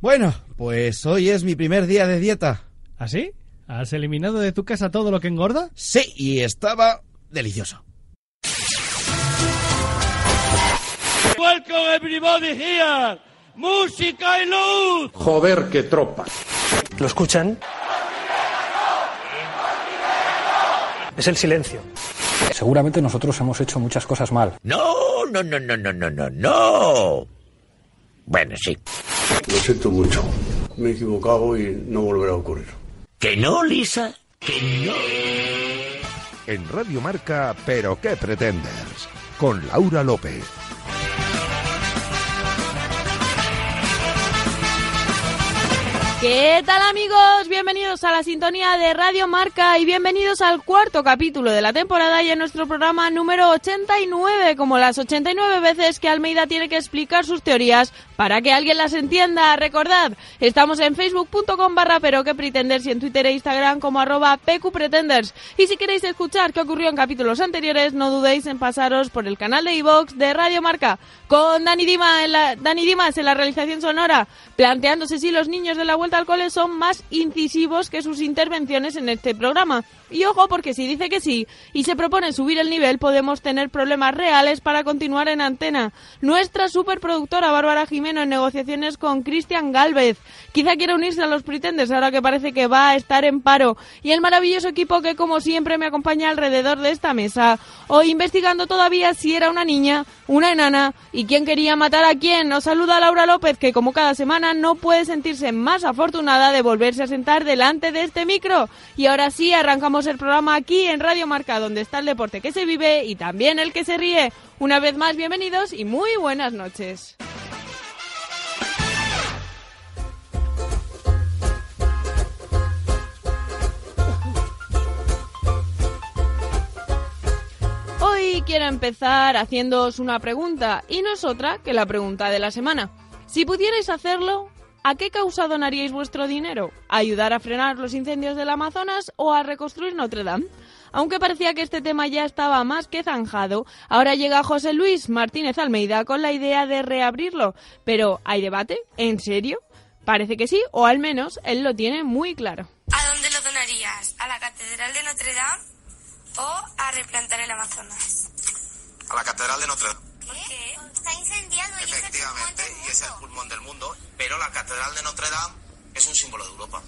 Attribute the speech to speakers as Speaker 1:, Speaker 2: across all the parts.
Speaker 1: Bueno, pues hoy es mi primer día de dieta.
Speaker 2: ¿Así? ¿Ah, ¿Has eliminado de tu casa todo lo que engorda?
Speaker 1: Sí, y estaba delicioso.
Speaker 3: Welcome everybody here. Música y luz.
Speaker 4: Joder, qué tropa.
Speaker 5: ¿Lo escuchan? Es el silencio.
Speaker 6: Seguramente nosotros hemos hecho muchas cosas mal.
Speaker 7: No, no, no, no, no, no, no, no. Bueno, sí.
Speaker 8: Lo siento mucho. Me he equivocado y no volverá a ocurrir.
Speaker 7: Que no, Lisa. Que no.
Speaker 9: En Radio Marca, pero qué pretendes. Con Laura López.
Speaker 10: ¿Qué tal amigos? Bienvenidos a la sintonía de Radio Marca y bienvenidos al cuarto capítulo de la temporada y a nuestro programa número 89, como las 89 veces que Almeida tiene que explicar sus teorías para que alguien las entienda. Recordad, estamos en facebook.com barra pero que pretenders y en Twitter e Instagram como arroba pqpretenders. Y si queréis escuchar qué ocurrió en capítulos anteriores, no dudéis en pasaros por el canal de iVox de Radio Marca con Dani, Dima en la, Dani Dimas en la realización sonora, planteándose si los niños de la vuelta al cole son más incisivos que sus intervenciones en este programa. Y ojo, porque si dice que sí y se propone subir el nivel, podemos tener problemas reales para continuar en antena. Nuestra superproductora Bárbara Jimeno en negociaciones con Cristian Galvez. Quizá quiera unirse a los Pretenders ahora que parece que va a estar en paro. Y el maravilloso equipo que, como siempre, me acompaña alrededor de esta mesa. Hoy investigando todavía si era una niña, una enana y quién quería matar a quién. Nos saluda Laura López, que como cada semana no puede sentirse más afortunada afortunada de volverse a sentar delante de este micro. Y ahora sí, arrancamos el programa aquí en Radio Marca, donde está el deporte que se vive y también el que se ríe. Una vez más, bienvenidos y muy buenas noches. Hoy quiero empezar haciéndoos una pregunta y no es otra que la pregunta de la semana. Si pudierais hacerlo, ¿A qué causa donaríais vuestro dinero? ¿A ayudar a frenar los incendios del Amazonas o a reconstruir Notre Dame? Aunque parecía que este tema ya estaba más que zanjado, ahora llega José Luis Martínez Almeida con la idea de reabrirlo. Pero, ¿hay debate? ¿En serio? Parece que sí, o al menos él lo tiene muy claro.
Speaker 11: ¿A dónde lo donarías? ¿A la Catedral de Notre Dame o a replantar el Amazonas?
Speaker 12: A la Catedral de Notre Dame.
Speaker 11: ¿Por qué? Está incendiado y
Speaker 12: Efectivamente, y es el pulmón del mundo, pero la Catedral de Notre Dame es un símbolo de Europa.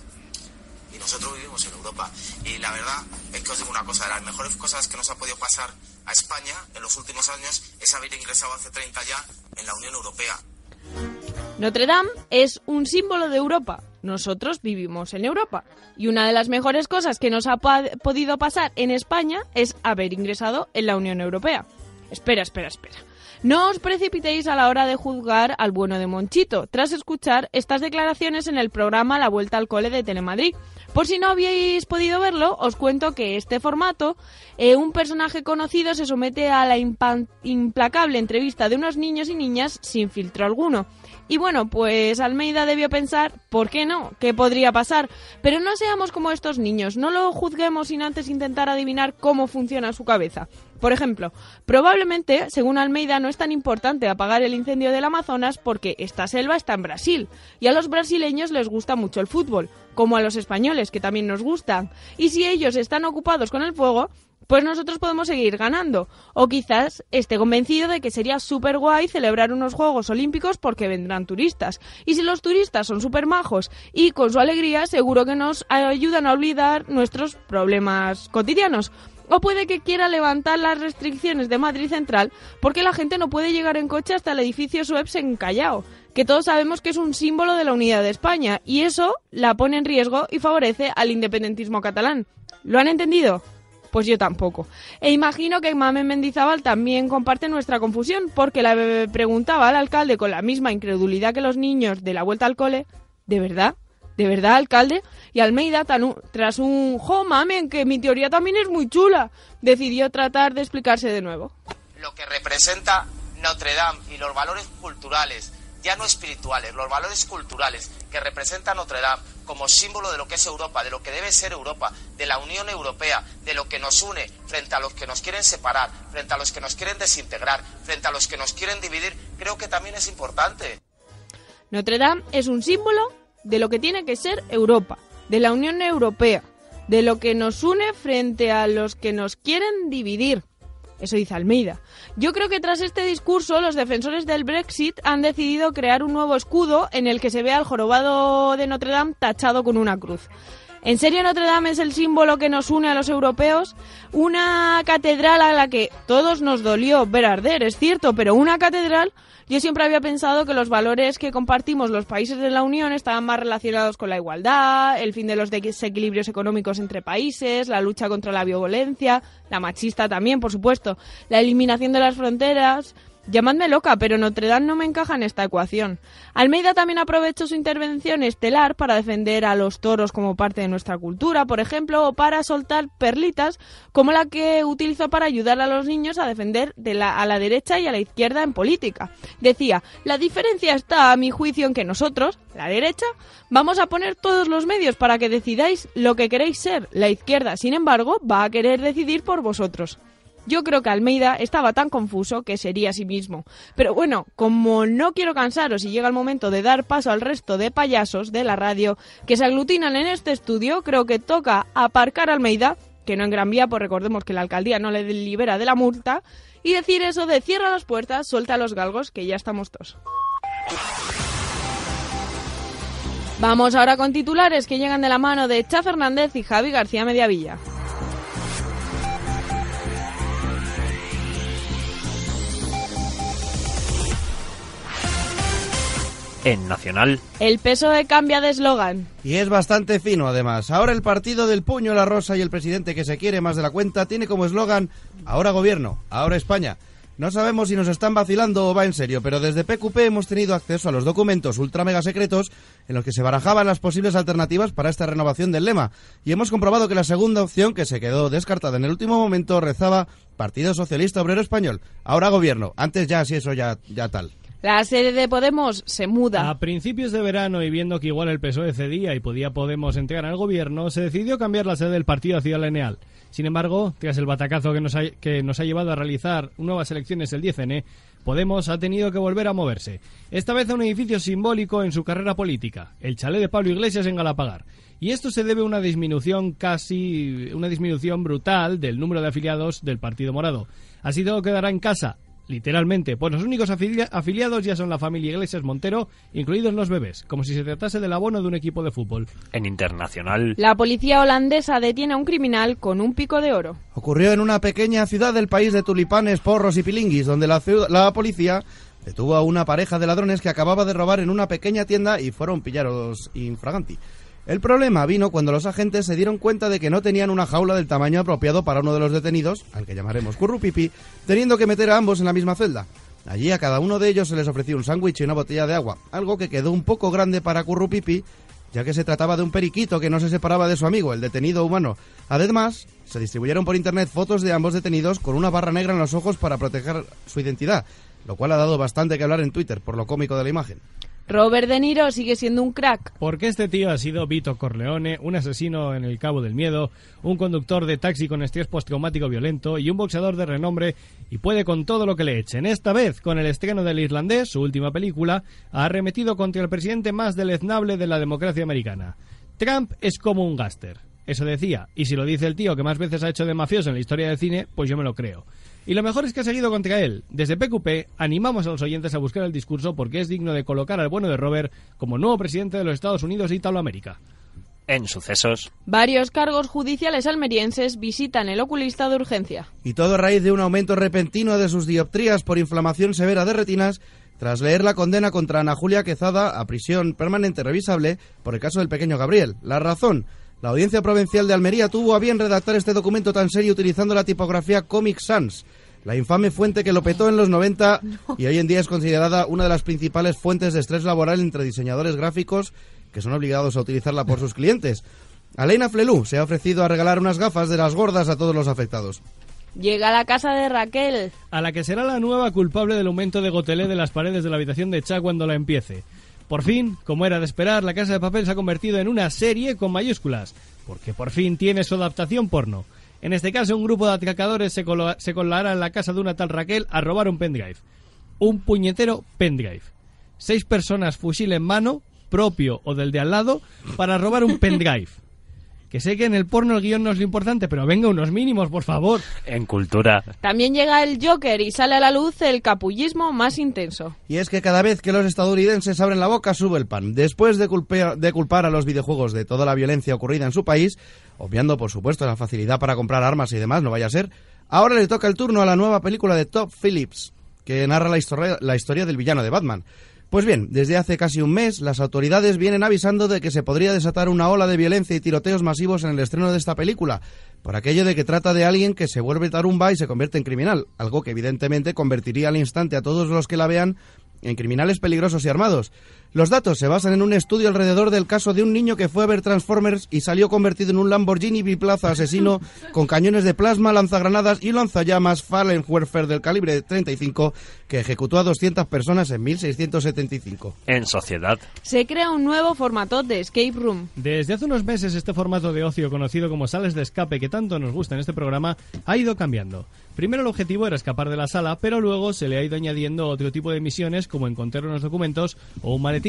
Speaker 12: Y nosotros vivimos en Europa. Y la verdad es que os digo una cosa, de las mejores cosas que nos ha podido pasar a España en los últimos años es haber ingresado hace 30 ya en la Unión Europea.
Speaker 10: Notre Dame es un símbolo de Europa. Nosotros vivimos en Europa. Y una de las mejores cosas que nos ha podido pasar en España es haber ingresado en la Unión Europea. Espera, espera, espera. No os precipitéis a la hora de juzgar al bueno de Monchito, tras escuchar estas declaraciones en el programa La Vuelta al Cole de Telemadrid. Por si no habíais podido verlo, os cuento que este formato, eh, un personaje conocido se somete a la implacable entrevista de unos niños y niñas sin filtro alguno. Y bueno, pues Almeida debió pensar, ¿por qué no? ¿Qué podría pasar? Pero no seamos como estos niños, no lo juzguemos sin antes intentar adivinar cómo funciona su cabeza. Por ejemplo, probablemente, según Almeida, no es tan importante apagar el incendio del Amazonas porque esta selva está en Brasil y a los brasileños les gusta mucho el fútbol, como a los españoles, que también nos gustan. Y si ellos están ocupados con el fuego, pues nosotros podemos seguir ganando. O quizás esté convencido de que sería súper guay celebrar unos Juegos Olímpicos porque vendrán turistas. Y si los turistas son súper majos y con su alegría, seguro que nos ayudan a olvidar nuestros problemas cotidianos. O puede que quiera levantar las restricciones de Madrid Central porque la gente no puede llegar en coche hasta el edificio Sueps en Callao, que todos sabemos que es un símbolo de la unidad de España, y eso la pone en riesgo y favorece al independentismo catalán. ¿Lo han entendido? Pues yo tampoco. E imagino que Mamen Mendizábal también comparte nuestra confusión, porque la bebé preguntaba al alcalde con la misma incredulidad que los niños de la vuelta al cole, ¿de verdad? ¿De verdad, alcalde? Y Almeida, tras un jo mamen, que mi teoría también es muy chula, decidió tratar de explicarse de nuevo.
Speaker 12: Lo que representa Notre Dame y los valores culturales, ya no espirituales, los valores culturales que representa Notre Dame como símbolo de lo que es Europa, de lo que debe ser Europa, de la Unión Europea, de lo que nos une frente a los que nos quieren separar, frente a los que nos quieren desintegrar, frente a los que nos quieren dividir, creo que también es importante.
Speaker 10: Notre Dame es un símbolo de lo que tiene que ser Europa, de la Unión Europea, de lo que nos une frente a los que nos quieren dividir. Eso dice Almeida. Yo creo que tras este discurso los defensores del Brexit han decidido crear un nuevo escudo en el que se vea al jorobado de Notre Dame tachado con una cruz. ¿En serio Notre Dame es el símbolo que nos une a los europeos? Una catedral a la que todos nos dolió ver arder, es cierto, pero una catedral, yo siempre había pensado que los valores que compartimos los países de la Unión estaban más relacionados con la igualdad, el fin de los desequilibrios económicos entre países, la lucha contra la violencia, la machista también, por supuesto, la eliminación de las fronteras, Llamadme loca, pero Notre Dame no me encaja en esta ecuación. Almeida también aprovechó su intervención estelar para defender a los toros como parte de nuestra cultura, por ejemplo, o para soltar perlitas como la que utilizó para ayudar a los niños a defender de la, a la derecha y a la izquierda en política. Decía, la diferencia está, a mi juicio, en que nosotros, la derecha, vamos a poner todos los medios para que decidáis lo que queréis ser. La izquierda, sin embargo, va a querer decidir por vosotros. Yo creo que Almeida estaba tan confuso que sería a sí mismo. Pero bueno, como no quiero cansaros y llega el momento de dar paso al resto de payasos de la radio que se aglutinan en este estudio, creo que toca aparcar a Almeida, que no en Gran Vía, pues recordemos que la alcaldía no le libera de la multa, y decir eso de cierra las puertas, suelta a los galgos, que ya estamos todos. Vamos ahora con titulares que llegan de la mano de Cha Fernández y Javi García Mediavilla.
Speaker 4: en Nacional.
Speaker 10: El PSOE E cambia de eslogan.
Speaker 1: Y es bastante fino, además. Ahora el partido del puño, la rosa y el presidente que se quiere más de la cuenta tiene como eslogan ahora gobierno, ahora España. No sabemos si nos están vacilando o va en serio, pero desde PQP hemos tenido acceso a los documentos ultra mega secretos en los que se barajaban las posibles alternativas para esta renovación del lema, y hemos comprobado que la segunda opción, que se quedó descartada en el último momento, rezaba Partido Socialista Obrero Español, ahora gobierno, antes ya si eso ya, ya tal.
Speaker 10: La sede de Podemos se muda.
Speaker 2: A principios de verano y viendo que igual el PSOE cedía y podía Podemos entrar al gobierno, se decidió cambiar la sede del partido a Ciudad Lineal. Sin embargo, tras el batacazo que nos ha, que nos ha llevado a realizar nuevas elecciones el 10N, Podemos ha tenido que volver a moverse. Esta vez a un edificio simbólico en su carrera política, el chalet de Pablo Iglesias en Galapagar. Y esto se debe a una disminución casi, una disminución brutal del número de afiliados del Partido Morado. Así todo quedará en casa, literalmente. Pues los únicos afilia afiliados ya son la familia Iglesias Montero, incluidos los bebés, como si se tratase del abono de un equipo de fútbol.
Speaker 4: En internacional.
Speaker 10: La policía holandesa detiene a un criminal con un pico de oro.
Speaker 1: Ocurrió en una pequeña ciudad del país de tulipanes, porros y pilinguis, donde la, la policía detuvo a una pareja de ladrones que acababa de robar en una pequeña tienda y fueron pillados infraganti. El problema vino cuando los agentes se dieron cuenta de que no tenían una jaula del tamaño apropiado para uno de los detenidos, al que llamaremos Currupipi, teniendo que meter a ambos en la misma celda. Allí a cada uno de ellos se les ofreció un sándwich y una botella de agua, algo que quedó un poco grande para Currupipi, ya que se trataba de un periquito que no se separaba de su amigo, el detenido humano. Además, se distribuyeron por internet fotos de ambos detenidos con una barra negra en los ojos para proteger su identidad, lo cual ha dado bastante que hablar en Twitter por lo cómico de la imagen.
Speaker 10: Robert De Niro sigue siendo un crack.
Speaker 2: Porque este tío ha sido Vito Corleone, un asesino en el Cabo del Miedo, un conductor de taxi con estrés postraumático violento y un boxeador de renombre y puede con todo lo que le echen. Esta vez, con el estreno del Irlandés, su última película, ha arremetido contra el presidente más deleznable de la democracia americana. Trump es como un gáster. Eso decía, y si lo dice el tío que más veces ha hecho de mafioso en la historia del cine, pues yo me lo creo. Y lo mejor es que ha seguido contra él. Desde PQP animamos a los oyentes a buscar el discurso porque es digno de colocar al bueno de Robert como nuevo presidente de los Estados Unidos y Italoamérica.
Speaker 4: En sucesos.
Speaker 10: Varios cargos judiciales almerienses visitan el oculista de urgencia.
Speaker 1: Y todo a raíz de un aumento repentino de sus dioptrías por inflamación severa de retinas tras leer la condena contra Ana Julia Quezada a prisión permanente revisable por el caso del pequeño Gabriel. La razón. La Audiencia Provincial de Almería tuvo a bien redactar este documento tan serio utilizando la tipografía Comic Sans, la infame fuente que lo petó en los 90 y hoy en día es considerada una de las principales fuentes de estrés laboral entre diseñadores gráficos que son obligados a utilizarla por sus clientes. Alaina Flelú se ha ofrecido a regalar unas gafas de las gordas a todos los afectados.
Speaker 10: Llega a la casa de Raquel.
Speaker 2: A la que será la nueva culpable del aumento de gotelé de las paredes de la habitación de Cha cuando la empiece. Por fin, como era de esperar, La Casa de Papel se ha convertido en una serie con mayúsculas, porque por fin tiene su adaptación porno. En este caso, un grupo de atracadores se, se colará en la casa de una tal Raquel a robar un pendrive. Un puñetero pendrive. seis personas fusil en mano, propio o del de al lado, para robar un pendrive. Que sé que en el porno el guión no es lo importante, pero venga unos mínimos, por favor.
Speaker 4: En cultura.
Speaker 10: También llega el Joker y sale a la luz el capullismo más intenso.
Speaker 1: Y es que cada vez que los estadounidenses abren la boca sube el pan. Después de, culpea- de culpar a los videojuegos de toda la violencia ocurrida en su país, obviando por supuesto la facilidad para comprar armas y demás, no vaya a ser, ahora le toca el turno a la nueva película de Top Phillips, que narra la historia, la historia del villano de Batman. Pues bien, desde hace casi un mes, las autoridades vienen avisando de que se podría desatar una ola de violencia y tiroteos masivos en el estreno de esta película, por aquello de que trata de alguien que se vuelve tarumba y se convierte en criminal, algo que evidentemente convertiría al instante a todos los que la vean en criminales peligrosos y armados. Los datos se basan en un estudio alrededor del caso de un niño que fue a ver Transformers y salió convertido en un Lamborghini biplaza asesino con cañones de plasma, lanzagranadas y lanzallamas Fallenwerfer del calibre de 35 que ejecutó a 200 personas en 1675.
Speaker 4: En sociedad.
Speaker 10: Se crea un nuevo formato de escape room.
Speaker 2: Desde hace unos meses este formato de ocio conocido como sales de escape que tanto nos gusta en este programa ha ido cambiando. Primero el objetivo era escapar de la sala, pero luego se le ha ido añadiendo otro tipo de misiones como encontrar unos documentos o un maletín.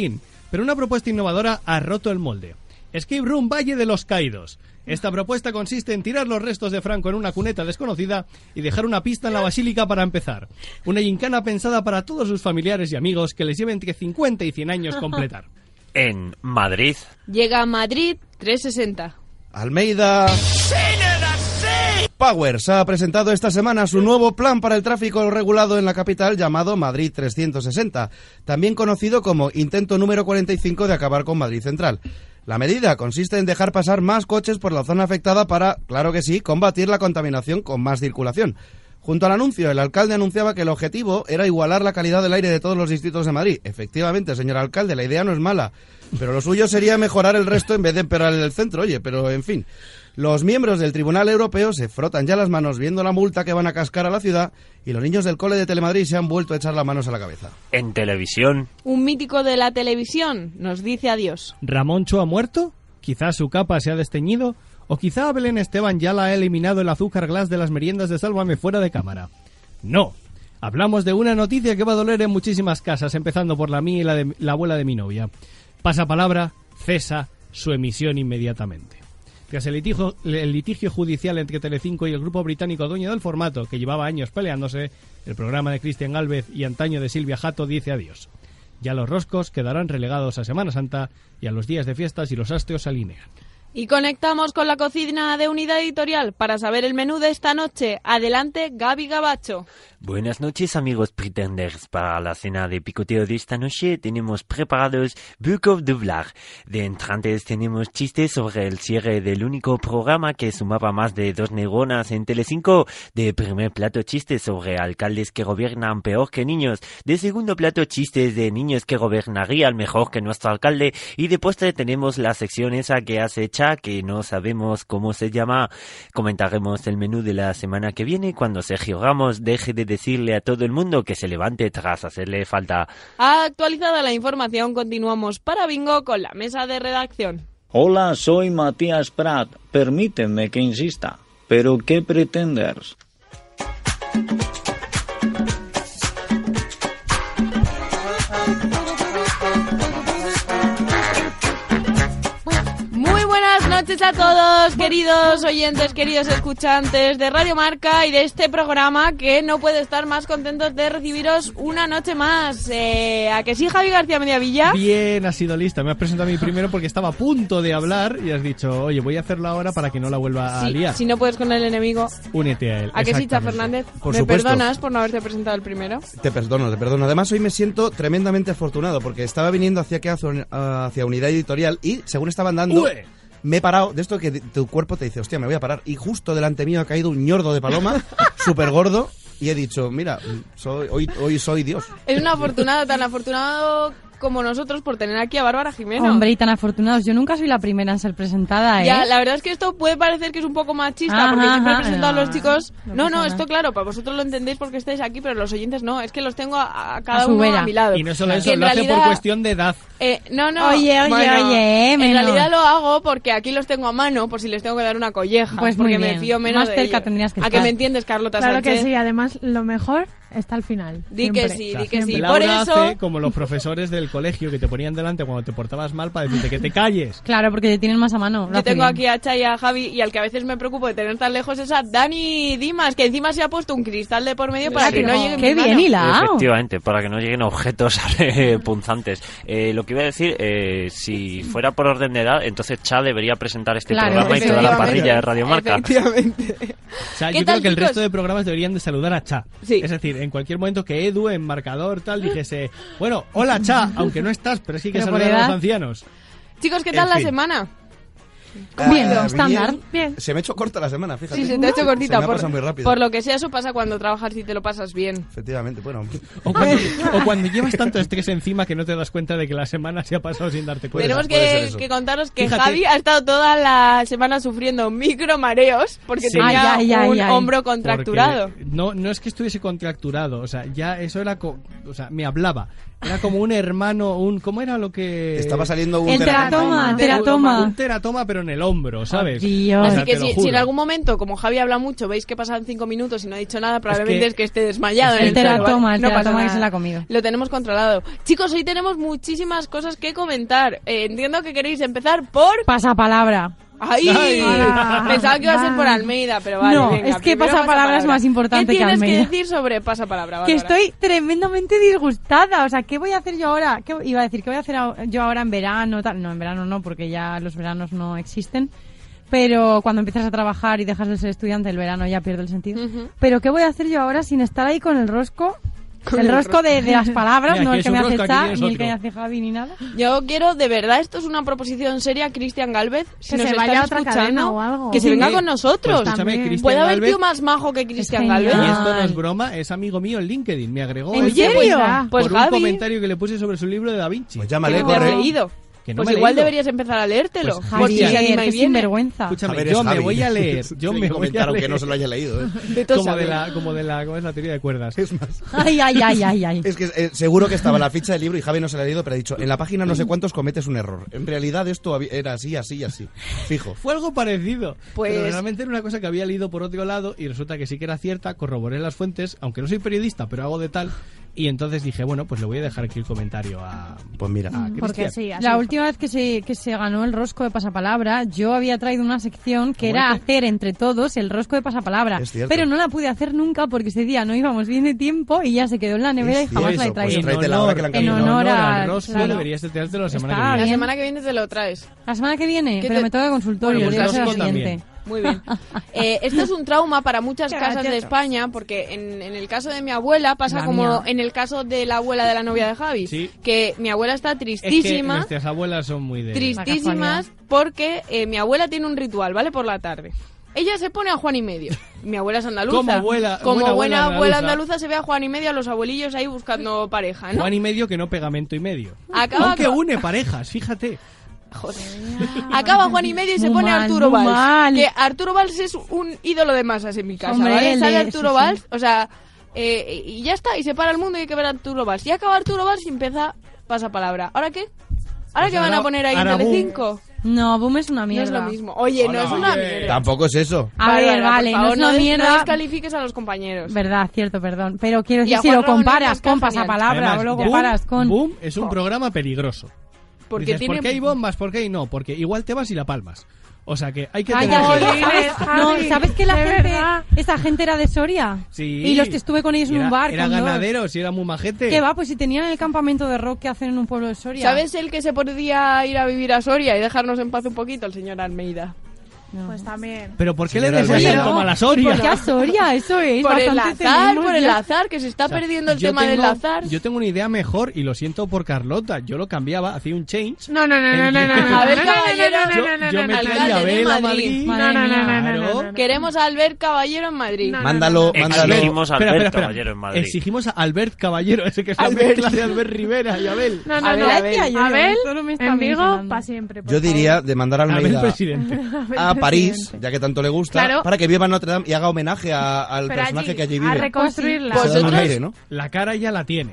Speaker 2: Pero una propuesta innovadora ha roto el molde. Escape Room Valle de los Caídos. Esta propuesta consiste en tirar los restos de Franco en una cuneta desconocida y dejar una pista en la basílica para empezar. Una gincana pensada para todos sus familiares y amigos que les lleve entre 50 y 100 años completar.
Speaker 4: En Madrid.
Speaker 10: Llega a Madrid 360.
Speaker 1: Almeida Powers ha presentado esta semana su nuevo plan para el tráfico regulado en la capital llamado Madrid 360, también conocido como intento número 45 de acabar con Madrid Central. La medida consiste en dejar pasar más coches por la zona afectada para, claro que sí, combatir la contaminación con más circulación. Junto al anuncio, el alcalde anunciaba que el objetivo era igualar la calidad del aire de todos los distritos de Madrid. Efectivamente, señor alcalde, la idea no es mala, pero lo suyo sería mejorar el resto en vez de empeorar el centro. Oye, pero en fin. Los miembros del Tribunal Europeo se frotan ya las manos viendo la multa que van a cascar a la ciudad y los niños del cole de Telemadrid se han vuelto a echar las manos a la cabeza.
Speaker 4: En televisión.
Speaker 10: Un mítico de la televisión nos dice adiós.
Speaker 2: ¿Ramoncho ha muerto? ¿Quizá su capa se ha desteñido? ¿O quizá a Belén Esteban ya la ha eliminado el azúcar glass de las meriendas de Sálvame fuera de cámara? No. Hablamos de una noticia que va a doler en muchísimas casas, empezando por la mía y la de la abuela de mi novia. Pasapalabra, cesa su emisión inmediatamente. Tras el litigio, el litigio judicial entre Telecinco y el grupo británico dueño del formato, que llevaba años peleándose, el programa de Cristian Galvez y antaño de Silvia Jato dice adiós. Ya los roscos quedarán relegados a Semana Santa y a los días de fiestas y los astros se alinean.
Speaker 10: Y conectamos con la cocina de Unidad Editorial para saber el menú de esta noche. Adelante, Gaby Gabacho.
Speaker 4: Buenas noches, amigos pretenders. Para la cena de picoteo de esta noche tenemos preparados Book of Dublar. De entrantes tenemos chistes sobre el cierre del único programa que sumaba más de dos neuronas en Telecinco. De primer plato chistes sobre alcaldes que gobiernan peor que niños. De segundo plato chistes de niños que gobernarían mejor que nuestro alcalde. Y de postre tenemos la sección esa que hace Cha, que no sabemos cómo se llama. Comentaremos el menú de la semana que viene cuando Sergio Ramos deje de decirle a todo el mundo que se levante tras hacerle falta.
Speaker 10: Actualizada la información, continuamos para Bingo con la mesa de redacción.
Speaker 13: Hola, soy Matías Prat. Permíteme que insista. ¿Pero qué pretenders?
Speaker 10: Muy buenas noches a todos, queridos oyentes, queridos escuchantes de Radio Marca y de este programa que no puede estar más contentos de recibiros una noche más. Eh, ¿A que sí, Javi García Mediavilla?
Speaker 2: Bien, has sido lista. Me has presentado a mí primero porque estaba a punto de hablar y has dicho, oye, voy a hacerla ahora para que no la vuelva a
Speaker 10: Sí,
Speaker 2: liar.
Speaker 10: si no puedes con el enemigo.
Speaker 2: Únete a él.
Speaker 10: ¿A que sí, Cha
Speaker 2: Exactamente.
Speaker 10: Fernández?
Speaker 1: Por
Speaker 10: ¿Me
Speaker 1: supuesto.
Speaker 10: perdonas por no haberte presentado el primero?
Speaker 1: Te perdono, te perdono. Además, hoy me siento tremendamente afortunado porque estaba viniendo hacia, aquí, hacia- hacia Unidad Editorial y según estaban dando...
Speaker 2: Ue.
Speaker 1: Me he parado, de esto que tu cuerpo te dice, hostia, me voy a parar. Y justo delante mío ha caído un ñordo de paloma, súper gordo, y he dicho, mira, soy, hoy, hoy soy Dios.
Speaker 10: Es un afortunado, tan afortunado como nosotros por tener aquí a Bárbara Jimeno.
Speaker 14: Hombre, y tan afortunados. Yo nunca soy la primera en ser presentada, ¿eh?
Speaker 10: Ya, la verdad es que esto puede parecer que es un poco machista, porque
Speaker 14: Ajá,
Speaker 10: siempre he
Speaker 14: ajá,
Speaker 10: presentado a
Speaker 14: no,
Speaker 10: los
Speaker 14: no
Speaker 10: chicos. No,
Speaker 14: pasa
Speaker 10: no,
Speaker 14: nada.
Speaker 10: esto claro, para vosotros lo entendéis porque estáis aquí, pero los oyentes no. Es que los tengo a, a
Speaker 14: A
Speaker 10: cada
Speaker 14: su
Speaker 10: uno
Speaker 14: vera.
Speaker 10: a mi lado.
Speaker 2: Y no solo
Speaker 10: Que
Speaker 2: eso,
Speaker 10: en
Speaker 2: lo hace por
Speaker 10: realidad-
Speaker 2: cuestión de edad.
Speaker 10: Eh, no, no.
Speaker 14: Oye, oye, oye,
Speaker 10: En
Speaker 14: menos.
Speaker 10: realidad lo hago porque aquí los tengo a mano, por si les tengo que dar una colleja.
Speaker 14: Pues muy
Speaker 10: porque me
Speaker 14: bien.
Speaker 10: fío menos
Speaker 14: Más
Speaker 10: de
Speaker 14: cerca
Speaker 10: ellos.
Speaker 14: tendrías que
Speaker 10: ¿A que
Speaker 14: estar.
Speaker 10: me entiendes, Carlota
Speaker 15: Claro que
Speaker 10: Sánchez?
Speaker 15: sí, además lo mejor Está al final.
Speaker 10: Di que sí, di que sí. Por
Speaker 2: Laura
Speaker 10: eso.
Speaker 2: hace como los profesores del colegio que te ponían delante cuando te portabas mal para decirte que te calles.
Speaker 14: Claro, porque te tienen más a mano. lo
Speaker 10: Yo
Speaker 14: hace
Speaker 10: tengo
Speaker 14: bien.
Speaker 10: aquí a Chay y a Javi y al que a veces me preocupo de tener tan lejos es a Dani Dimas, que encima se ha puesto un cristal de por medio para que no llegue mi mano.
Speaker 4: Efectivamente, para que no lleguen objetos eh, punzantes. Eh, lo que iba a decir, eh, si fuera por orden de edad, entonces Cha debería presentar este
Speaker 10: Claro,
Speaker 4: programa y toda la
Speaker 10: efectivamente.
Speaker 4: parrilla de Radio Marca.
Speaker 2: O sea,
Speaker 10: ¿Qué tal,
Speaker 2: yo creo que
Speaker 10: chicos?
Speaker 2: el resto de programas deberían de saludar a Cha. Es decir, en cualquier momento que Edu, en marcador, tal, dijese, bueno, hola Cha, aunque no estás, pero sí que
Speaker 10: Pero por
Speaker 2: saludar a
Speaker 10: edad.
Speaker 2: los ancianos.
Speaker 10: Chicos, ¿qué
Speaker 2: En
Speaker 10: tal la
Speaker 2: fin.
Speaker 10: semana?
Speaker 1: Ah,
Speaker 10: lo estándar. Bien.
Speaker 1: Se me ha hecho corta la semana, fíjate.
Speaker 10: Sí, se te ha hecho cortita.
Speaker 1: Se me ha
Speaker 10: por,
Speaker 1: pasado muy rápido.
Speaker 10: por lo que sea, eso pasa cuando trabajas y te lo pasas bien.
Speaker 1: Efectivamente, bueno.
Speaker 2: O cuando, o cuando llevas tanto estrés encima que no te das cuenta de que la semana se ha pasado sin darte cuenta.
Speaker 10: Tenemos que, que contaros que
Speaker 2: Fíjate.
Speaker 10: Javi ha estado toda la semana sufriendo micromareos porque
Speaker 2: Sí.
Speaker 10: tenía un hombro contracturado.
Speaker 2: Porque No, no es que estuviese contracturado, o sea, ya eso era, co- o sea, me hablaba. Era como un hermano, un, ¿cómo era lo que?
Speaker 1: Estaba saliendo
Speaker 14: un El teratoma, teratoma. teratoma.
Speaker 2: Un teratoma, pero en el hombro, ¿sabes? O sea,
Speaker 10: Así que
Speaker 2: te lo
Speaker 10: si,
Speaker 2: juro.
Speaker 10: si en algún momento, como Javi habla mucho, veis que pasan cinco minutos y no ha dicho nada, probablemente
Speaker 2: que-
Speaker 10: es que, esté desmayado. en
Speaker 14: El
Speaker 10: sofá.
Speaker 14: teratoma, el
Speaker 10: No pasa
Speaker 14: teratoma que
Speaker 10: nada.
Speaker 14: se la ha comido.
Speaker 10: Lo tenemos controlado. Chicos, hoy tenemos muchísimas cosas que comentar. Eh, entiendo que queréis empezar por...
Speaker 14: Pasapalabra.
Speaker 10: ¡Ay!
Speaker 14: Ay. Hola.
Speaker 10: Pensaba que iba a ser por
Speaker 14: Vale.
Speaker 10: Almeida, pero vale.
Speaker 14: No,
Speaker 10: venga,
Speaker 14: es que
Speaker 10: primero
Speaker 14: pasapalabra es más importante
Speaker 10: ¿Qué
Speaker 14: que
Speaker 10: tienes
Speaker 14: Almeida.
Speaker 10: que decir sobre pasapalabra,
Speaker 14: Que
Speaker 10: Bárbara?
Speaker 14: estoy tremendamente disgustada. O sea, ¿qué voy a hacer yo ahora? ¿Qué iba a decir? ¿Qué voy a hacer a- yo ahora en verano? Tal? No, en verano no, porque ya los veranos no existen. Pero cuando empiezas a trabajar y dejas de ser estudiante, el verano ya pierde el sentido. Pero ¿qué voy a hacer yo ahora sin estar ahí con el rosco?
Speaker 10: Con
Speaker 14: el
Speaker 10: el
Speaker 14: rosco de,
Speaker 10: rosco.
Speaker 14: de las palabras,
Speaker 10: Mira,
Speaker 14: no
Speaker 10: aquí
Speaker 14: el que
Speaker 10: es
Speaker 14: me
Speaker 10: un
Speaker 14: hace
Speaker 10: rosco, aquí
Speaker 14: Cha,
Speaker 10: tienes
Speaker 14: ni el
Speaker 10: otro.
Speaker 14: que me hace Javi, ni nada.
Speaker 10: Yo quiero, de verdad, esto es una proposición seria, Cristian Galvez. Si
Speaker 15: Que
Speaker 10: nos
Speaker 15: se
Speaker 10: estás
Speaker 15: vaya a otra cadena
Speaker 10: escuchando,
Speaker 15: o algo.
Speaker 10: que se
Speaker 15: Sí,
Speaker 10: venga
Speaker 15: sí.
Speaker 10: con nosotros.
Speaker 2: Pues escúchame, También. Cristian
Speaker 10: Puede haber
Speaker 2: Galvez-
Speaker 10: tío más majo que Cristian
Speaker 2: Y
Speaker 10: Galvez.
Speaker 2: esto no es broma, es amigo mío en LinkedIn, me agregó.
Speaker 10: ¿En
Speaker 2: hoy
Speaker 10: serio?
Speaker 2: por-
Speaker 10: Pues
Speaker 2: por
Speaker 10: Javi.
Speaker 2: un comentario que le puse sobre su libro de Da Vinci. Pues
Speaker 1: llámale,
Speaker 10: Que no te has corre. leído. pues igual deberías empezar a leértelo.
Speaker 2: Pues,
Speaker 10: Por si
Speaker 2: Javier,
Speaker 10: se anima y
Speaker 2: qué
Speaker 10: viene.
Speaker 14: sinvergüenza.
Speaker 2: Escúchame,
Speaker 1: A ver, es
Speaker 2: yo me
Speaker 1: Javi.
Speaker 2: voy a leer. Yo
Speaker 1: Tiene
Speaker 2: me
Speaker 1: que
Speaker 2: voy
Speaker 1: comentar,
Speaker 2: a
Speaker 1: aunque
Speaker 2: leer.
Speaker 1: no se lo haya leído, ¿eh?
Speaker 10: De todo
Speaker 2: como de
Speaker 10: sabe.
Speaker 2: la como de la como es la teoría de cuerdas.
Speaker 1: Es más.
Speaker 14: Ay, ay, ay, ay, ay.
Speaker 1: Es que eh, seguro que estaba la ficha del libro y Javi no se la ha leído, pero ha dicho, en la página no sé cuántos cometes un error. En realidad esto había- era así, así, así. Fijo.
Speaker 2: Fue algo parecido.
Speaker 1: Pues-
Speaker 2: Pero realmente era una cosa que había leído por otro lado y resulta que sí que era cierta, corroboré las fuentes, aunque no soy periodista, pero hago de tal. Y entonces dije, bueno, pues le voy a dejar aquí el comentario a.
Speaker 1: Pues mira,
Speaker 10: Mm,
Speaker 2: Cristian.
Speaker 14: La última vez que se, que se ganó el rosco de pasapalabra, yo había traído una sección que era
Speaker 10: Aguante.
Speaker 14: hacer entre todos el rosco de pasapalabra.
Speaker 1: Es cierto.
Speaker 14: Pero no la pude hacer nunca porque ese día no íbamos bien de tiempo y ya se quedó en la nevera y
Speaker 1: cierto,
Speaker 14: jamás la he
Speaker 1: eso,
Speaker 14: traído.
Speaker 1: pues tráete la hora que la han
Speaker 14: en
Speaker 1: cambiado.
Speaker 14: honor
Speaker 1: En honor
Speaker 14: a-
Speaker 1: al
Speaker 2: Rosco
Speaker 14: claro.
Speaker 2: deberías de tirarte la semana
Speaker 14: Está
Speaker 2: que
Speaker 10: La
Speaker 2: viene.
Speaker 10: semana que viene te lo traes.
Speaker 14: La semana que viene,
Speaker 10: ¿Qué
Speaker 14: pero
Speaker 10: te-
Speaker 14: me tengo que consultorio.
Speaker 2: Bueno, pues
Speaker 14: el día será
Speaker 2: Rosco
Speaker 14: siguiente.
Speaker 2: también.
Speaker 10: Muy bien. Eh, esto es un trauma para muchas
Speaker 14: Gracias.
Speaker 10: casas de España, porque en, en el caso de mi abuela pasa
Speaker 14: La
Speaker 10: como
Speaker 14: mía.
Speaker 10: en el caso de la abuela de la novia de Javi,
Speaker 2: Sí.
Speaker 10: que mi abuela está
Speaker 2: Es que
Speaker 10: tristísima,
Speaker 2: nuestras abuelas son muy de.
Speaker 10: tristísimas, porque eh, mi abuela tiene un ritual, ¿vale? Por la tarde. Ella se pone a Juan y medio. Mi abuela es andaluza.
Speaker 2: Como abuela-
Speaker 10: Como
Speaker 2: buena abuela
Speaker 10: buena abuela
Speaker 2: andaluza.
Speaker 10: andaluza se ve a Juan y medio a los abuelillos ahí buscando
Speaker 14: Ah,
Speaker 10: pareja, ¿no?
Speaker 2: Juan y medio que no pegamento y medio.
Speaker 10: Acaba
Speaker 2: Aunque
Speaker 10: con-
Speaker 2: une parejas, fíjate.
Speaker 10: Acaba Juan y medio y se
Speaker 14: Muy
Speaker 10: pone
Speaker 14: mal,
Speaker 10: Arturo
Speaker 14: muy
Speaker 10: Valls.
Speaker 14: mal.
Speaker 10: Que Arturo Valls es un ídolo de masas en mi casa,
Speaker 14: Hombre,
Speaker 10: ¿vale?
Speaker 14: el
Speaker 10: Sale
Speaker 14: de-
Speaker 10: Arturo
Speaker 14: sí, sí.
Speaker 10: Valls, o sea, eh, y ya está, y se para el mundo y hay que ver a Arturo Valls. Y acaba Arturo Valls y empieza pasapalabra. ¿Ahora qué? ¿Ahora
Speaker 14: Pues
Speaker 10: qué van
Speaker 14: ahora-
Speaker 10: a poner ahí en
Speaker 14: ahora
Speaker 10: Telecinco?
Speaker 14: No, Boom es una
Speaker 10: No es
Speaker 14: mierda.
Speaker 10: lo mismo. Oye, no es una mierda.
Speaker 1: Tampoco es eso.
Speaker 14: A
Speaker 10: Bárbara,
Speaker 14: ver,
Speaker 10: por
Speaker 14: vale, no
Speaker 10: favor,
Speaker 14: es una
Speaker 10: des-
Speaker 14: mierda.
Speaker 10: No descalifiques a los compañeros.
Speaker 14: Verdad, cierto, perdón. Pero quiero
Speaker 10: Y a
Speaker 14: decir, si
Speaker 10: Juan
Speaker 14: lo
Speaker 10: Ramón
Speaker 14: comparas
Speaker 10: Hernández, que
Speaker 14: con
Speaker 10: es genial.
Speaker 14: pasapalabra
Speaker 2: Además,
Speaker 14: o lo
Speaker 2: Boom-
Speaker 14: comparas con...
Speaker 2: Boom es un programa peligroso.
Speaker 10: Porque
Speaker 2: Dices,
Speaker 10: tiene-
Speaker 2: ¿Por qué hay bombas? ¿Por qué hay no? Porque igual te vas y la palmas. O sea que hay que
Speaker 14: Ay,
Speaker 2: tener
Speaker 14: ya sé,
Speaker 2: cuidado.
Speaker 14: ¿sabes?
Speaker 15: Javi,
Speaker 14: No, ¿sabes que la
Speaker 15: de
Speaker 14: gente,
Speaker 15: verdad.
Speaker 14: esa gente era de Soria?
Speaker 2: Sí.
Speaker 14: Y los que estuve con ellos en
Speaker 2: Era-
Speaker 14: un bar.
Speaker 2: Era
Speaker 14: con dos.
Speaker 2: ganadero, si era muy
Speaker 1: este.
Speaker 2: majete.
Speaker 14: ¿Qué va? Pues si tenían el campamento de rock que hacen en un pueblo de Soria.
Speaker 10: ¿Sabes el que se podría ir a vivir a Soria y dejarnos en paz un poquito? El señor Almeida.
Speaker 15: Pues también.
Speaker 2: Pero ¿por qué le
Speaker 1: Señora
Speaker 2: deseas
Speaker 1: Almeida.
Speaker 2: el toma a la
Speaker 14: ¿Por
Speaker 2: Soria?
Speaker 14: qué a Soria? Eso es.
Speaker 10: Por el
Speaker 14: bastante
Speaker 10: azar,
Speaker 14: tenemos
Speaker 10: por el
Speaker 14: ya.
Speaker 10: azar, que se está
Speaker 2: O sea,
Speaker 10: perdiendo el
Speaker 2: yo
Speaker 10: tema del
Speaker 2: tengo-
Speaker 10: azar.
Speaker 2: Yo tengo una idea mejor y lo siento por Carlota. Yo lo cambiaba, hacía un change.
Speaker 15: No, no, no, no, no, no, no.
Speaker 10: A ver,
Speaker 15: no, no, no, no,
Speaker 10: caballero,
Speaker 15: no, no, no,
Speaker 2: yo
Speaker 15: no,
Speaker 2: me
Speaker 15: no,
Speaker 2: traía
Speaker 15: alcalde de
Speaker 2: vela a
Speaker 10: Madrid.
Speaker 15: No, no, no, no, no, no, no, no.
Speaker 10: Queremos a Albert Caballero en Madrid.
Speaker 1: Mándalo, mándalo.
Speaker 4: Exigimos a
Speaker 2: Espera,
Speaker 4: Albert
Speaker 2: espera, espera.
Speaker 4: Caballero en Madrid.
Speaker 2: Exigimos a Albert Caballero, ese que es la
Speaker 10: Albert.
Speaker 2: mezcla de Albert Rivera y Abel.
Speaker 15: No, no,
Speaker 10: A ver,
Speaker 15: no.
Speaker 10: a ver.
Speaker 15: Abel,
Speaker 14: Solo me está
Speaker 15: en Vigo,
Speaker 14: mencionando.
Speaker 15: para siempre. por
Speaker 1: Yo diría de mandar a
Speaker 2: Abel
Speaker 1: Almeida
Speaker 2: presidente.
Speaker 1: a París, ya que tanto le gusta,
Speaker 15: Claro.
Speaker 1: para que viva Notre Dame y haga homenaje a- al
Speaker 15: Pero
Speaker 1: personaje
Speaker 15: allí,
Speaker 1: que allí
Speaker 15: a
Speaker 1: vive.
Speaker 15: reconstruirla.
Speaker 1: Se da un
Speaker 10: Vosotros-
Speaker 1: aire, ¿no?
Speaker 2: La cara ya la tiene.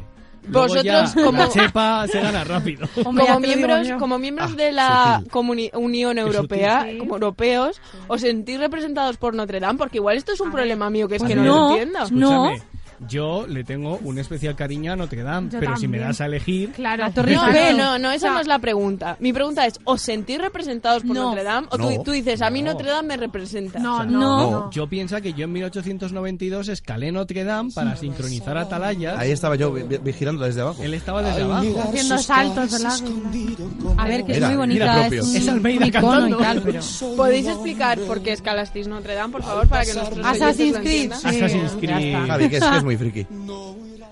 Speaker 2: Luego
Speaker 10: Vosotros
Speaker 2: ya
Speaker 10: como-
Speaker 2: La chepa se gana rápido.
Speaker 14: Hombre,
Speaker 10: como
Speaker 14: ya te lo digo
Speaker 10: miembros,
Speaker 14: yo.
Speaker 10: como miembros de la comuni- Unión
Speaker 2: sutil.
Speaker 10: Europea,
Speaker 15: Ah, Sí.
Speaker 10: como europeos, os sentís representados por Notre Dame, porque igual esto es un problema mío que es
Speaker 14: Pues
Speaker 10: que no,
Speaker 14: no,
Speaker 10: lo entiendo.
Speaker 14: no.
Speaker 2: Escúchame, Yo le tengo un especial cariño a Notre Dame,
Speaker 10: Yo
Speaker 2: pero si me
Speaker 10: también.
Speaker 2: das a elegir.
Speaker 10: Claro,
Speaker 2: Torre
Speaker 10: no,
Speaker 2: Eiffel.
Speaker 10: no, no, no, esa
Speaker 2: O sea-
Speaker 10: no es la pregunta. Mi pregunta es, ¿os sentís representados por
Speaker 2: No.
Speaker 10: Notre Dame? O tú-
Speaker 2: No.
Speaker 10: tú, dices, a mí
Speaker 2: No.
Speaker 10: Notre Dame me representa.
Speaker 2: O sea, Yo pienso que yo en 1892 escalé Notre Dame para sincronizar atalayas.
Speaker 1: Ahí estaba yo vi- vi- vigilando desde abajo.
Speaker 2: Él estaba desde
Speaker 1: Al
Speaker 2: abajo.
Speaker 1: llegar
Speaker 14: Haciendo saltos del águila. A ver, que
Speaker 1: Mira,
Speaker 14: es muy bonita.
Speaker 1: mira propio.
Speaker 14: es, un-
Speaker 1: Es
Speaker 2: Almeida
Speaker 14: un icono
Speaker 2: cantando.
Speaker 14: y tal, pero...
Speaker 10: ¿Podéis explicar por qué escalasteis Notre Dame, por favor, para que nuestros
Speaker 14: Assassin's
Speaker 10: oyentes lo
Speaker 14: Creed,
Speaker 10: entiendan?
Speaker 14: sí. Assassin's
Speaker 1: Creed. Javi, que es, que es muy friki.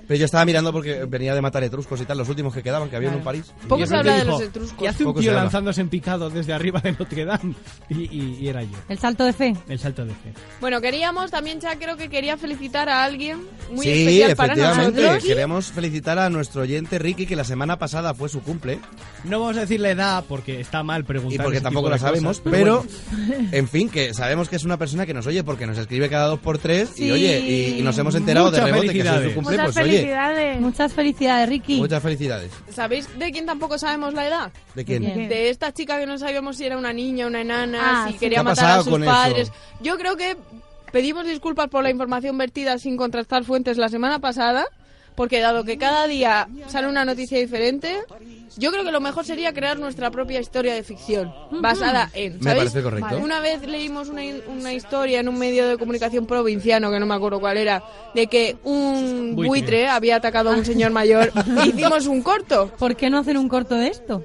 Speaker 1: Pero yo estaba mirando porque venía de matar etruscos y tal, los últimos que quedaban que había en
Speaker 2: Claro.
Speaker 1: París.
Speaker 2: Poco
Speaker 1: Y
Speaker 2: se
Speaker 1: el
Speaker 2: habla
Speaker 1: último
Speaker 2: de los
Speaker 1: dijo,
Speaker 2: Y hace un
Speaker 1: Poco
Speaker 2: tío
Speaker 1: se habla.
Speaker 2: lanzándose en picado desde arriba de Notre Dame. Y, y- y era yo.
Speaker 14: El salto de fe.
Speaker 2: El salto de fe.
Speaker 10: Bueno, queríamos también, ya creo que quería felicitar a alguien muy
Speaker 1: Sí,
Speaker 10: especial para
Speaker 1: efectivamente.
Speaker 10: nosotros.
Speaker 1: Queremos felicitar a nuestro oyente Ricky, que la semana pasada fue su cumple.
Speaker 2: No vamos a decir la edad porque está mal preguntar.
Speaker 1: Y porque
Speaker 2: ese
Speaker 1: tampoco
Speaker 2: tipo
Speaker 1: la
Speaker 2: de
Speaker 1: sabemos,
Speaker 2: cosas,
Speaker 1: pero,
Speaker 2: bueno.
Speaker 1: en fin, que sabemos que es una persona que nos oye porque nos escribe cada dos por tres
Speaker 14: Sí.
Speaker 1: y oye, y, y nos hemos enterado
Speaker 2: Muchas
Speaker 1: de rebote que es
Speaker 2: felicidades.
Speaker 1: su cumple,
Speaker 10: Muchas
Speaker 1: pues oye,
Speaker 10: felicidades.
Speaker 14: Muchas felicidades, Ricky.
Speaker 1: muchas felicidades.
Speaker 10: ¿Sabéis de quién tampoco sabemos la edad?
Speaker 1: ¿De quién? ¿De quién?
Speaker 10: De esta chica que no sabíamos si era una niña, una enana,
Speaker 14: Ah,
Speaker 10: si
Speaker 14: sí.
Speaker 10: quería
Speaker 1: ¿Qué ha
Speaker 10: matar a
Speaker 1: pasado
Speaker 10: sus
Speaker 1: con eso?
Speaker 10: padres. Yo creo que pedimos disculpas por la información vertida sin contrastar fuentes la semana pasada, porque dado que cada día sale una noticia diferente, yo creo que lo mejor sería crear nuestra propia historia de ficción, basada en...
Speaker 1: Me
Speaker 10: ¿sabéis?
Speaker 1: parece correcto.
Speaker 10: Una vez leímos una, una historia en un medio de comunicación provinciano, que no me acuerdo cuál era, de que un
Speaker 14: Buitre.
Speaker 10: buitre había atacado a un señor mayor. Hicimos un corto.
Speaker 14: ¿Por qué no hacer un corto de esto?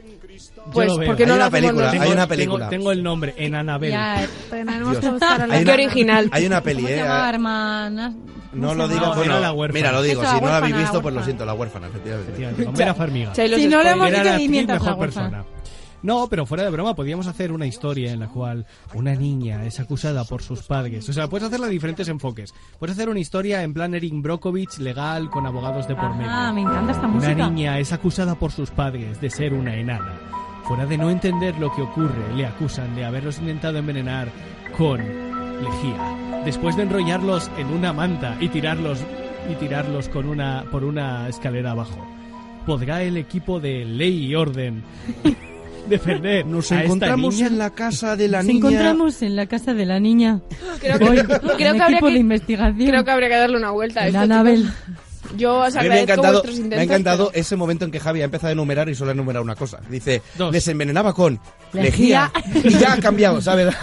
Speaker 2: Yo
Speaker 10: Pues,
Speaker 2: lo veo.
Speaker 10: ¿por qué no Hay lo una hacemos película,
Speaker 1: nosotros? hay una película.
Speaker 2: Tengo, tengo el nombre, en Anabel.
Speaker 14: Ya, eh,
Speaker 15: tenemos
Speaker 1: que buscar a la- Hay una- hay una peli,
Speaker 14: ¿Cómo se
Speaker 1: eh,
Speaker 14: llamaba,
Speaker 1: ah.
Speaker 14: hermanas?
Speaker 1: No
Speaker 14: ¿Cómo
Speaker 1: lo
Speaker 14: se
Speaker 1: digas,
Speaker 14: llamaba?
Speaker 1: bueno,
Speaker 2: Era la huérfana.
Speaker 1: mira, lo digo,
Speaker 14: Eso,
Speaker 1: si
Speaker 14: la
Speaker 1: no lo habéis
Speaker 14: huérfana,
Speaker 1: visto,
Speaker 14: la
Speaker 1: pues lo
Speaker 14: huérfana.
Speaker 1: siento, la huérfana, efectivamente.
Speaker 2: Como era Farmiga.
Speaker 14: Sí,
Speaker 1: eh,
Speaker 14: los Si no lo spoilers. hemos
Speaker 2: Era
Speaker 14: dicho,
Speaker 2: la
Speaker 14: ni
Speaker 2: actriz
Speaker 14: mientras la
Speaker 2: mejor
Speaker 14: huérfana.
Speaker 2: persona. No, pero fuera de broma, podíamos hacer una historia en la cual una niña es acusada por sus padres. O sea, puedes hacerla de diferentes enfoques. Puedes hacer una historia en plan Erin Brockovich, legal, con abogados de por medio.
Speaker 14: Ah, me encanta esta
Speaker 2: Una
Speaker 14: música.
Speaker 2: niña es acusada por sus padres de ser una enana. Fuera de no entender lo que ocurre, le acusan de haberlos intentado envenenar con lejía. Después de enrollarlos en una manta y tirarlos y tirarlos con una por una escalera abajo. ¿Podrá el equipo de ley y orden defender
Speaker 1: Nos
Speaker 2: a esta
Speaker 1: encontramos
Speaker 2: niña?
Speaker 1: en la casa de la
Speaker 14: Nos
Speaker 1: niña.
Speaker 14: encontramos en la casa de la niña.
Speaker 10: Creo que-
Speaker 14: Hoy,
Speaker 10: creo
Speaker 14: un
Speaker 10: que habría
Speaker 14: equipo
Speaker 10: que-
Speaker 14: de investigación.
Speaker 10: Creo que habría que darle una vuelta a
Speaker 14: El
Speaker 10: esto,
Speaker 14: Anabel.
Speaker 10: chicos. Yo os
Speaker 1: A mí me ha
Speaker 10: agradezco
Speaker 1: encantado,
Speaker 10: vuestros
Speaker 1: me
Speaker 10: intentos.
Speaker 1: ha encantado
Speaker 10: pero-
Speaker 1: ese momento en que Javi ha empezado a enumerar y solo ha enumerado una cosa. Dice, les envenenaba con
Speaker 14: Lejía.
Speaker 1: lejía. Y ya ha cambiado, ¿sabes?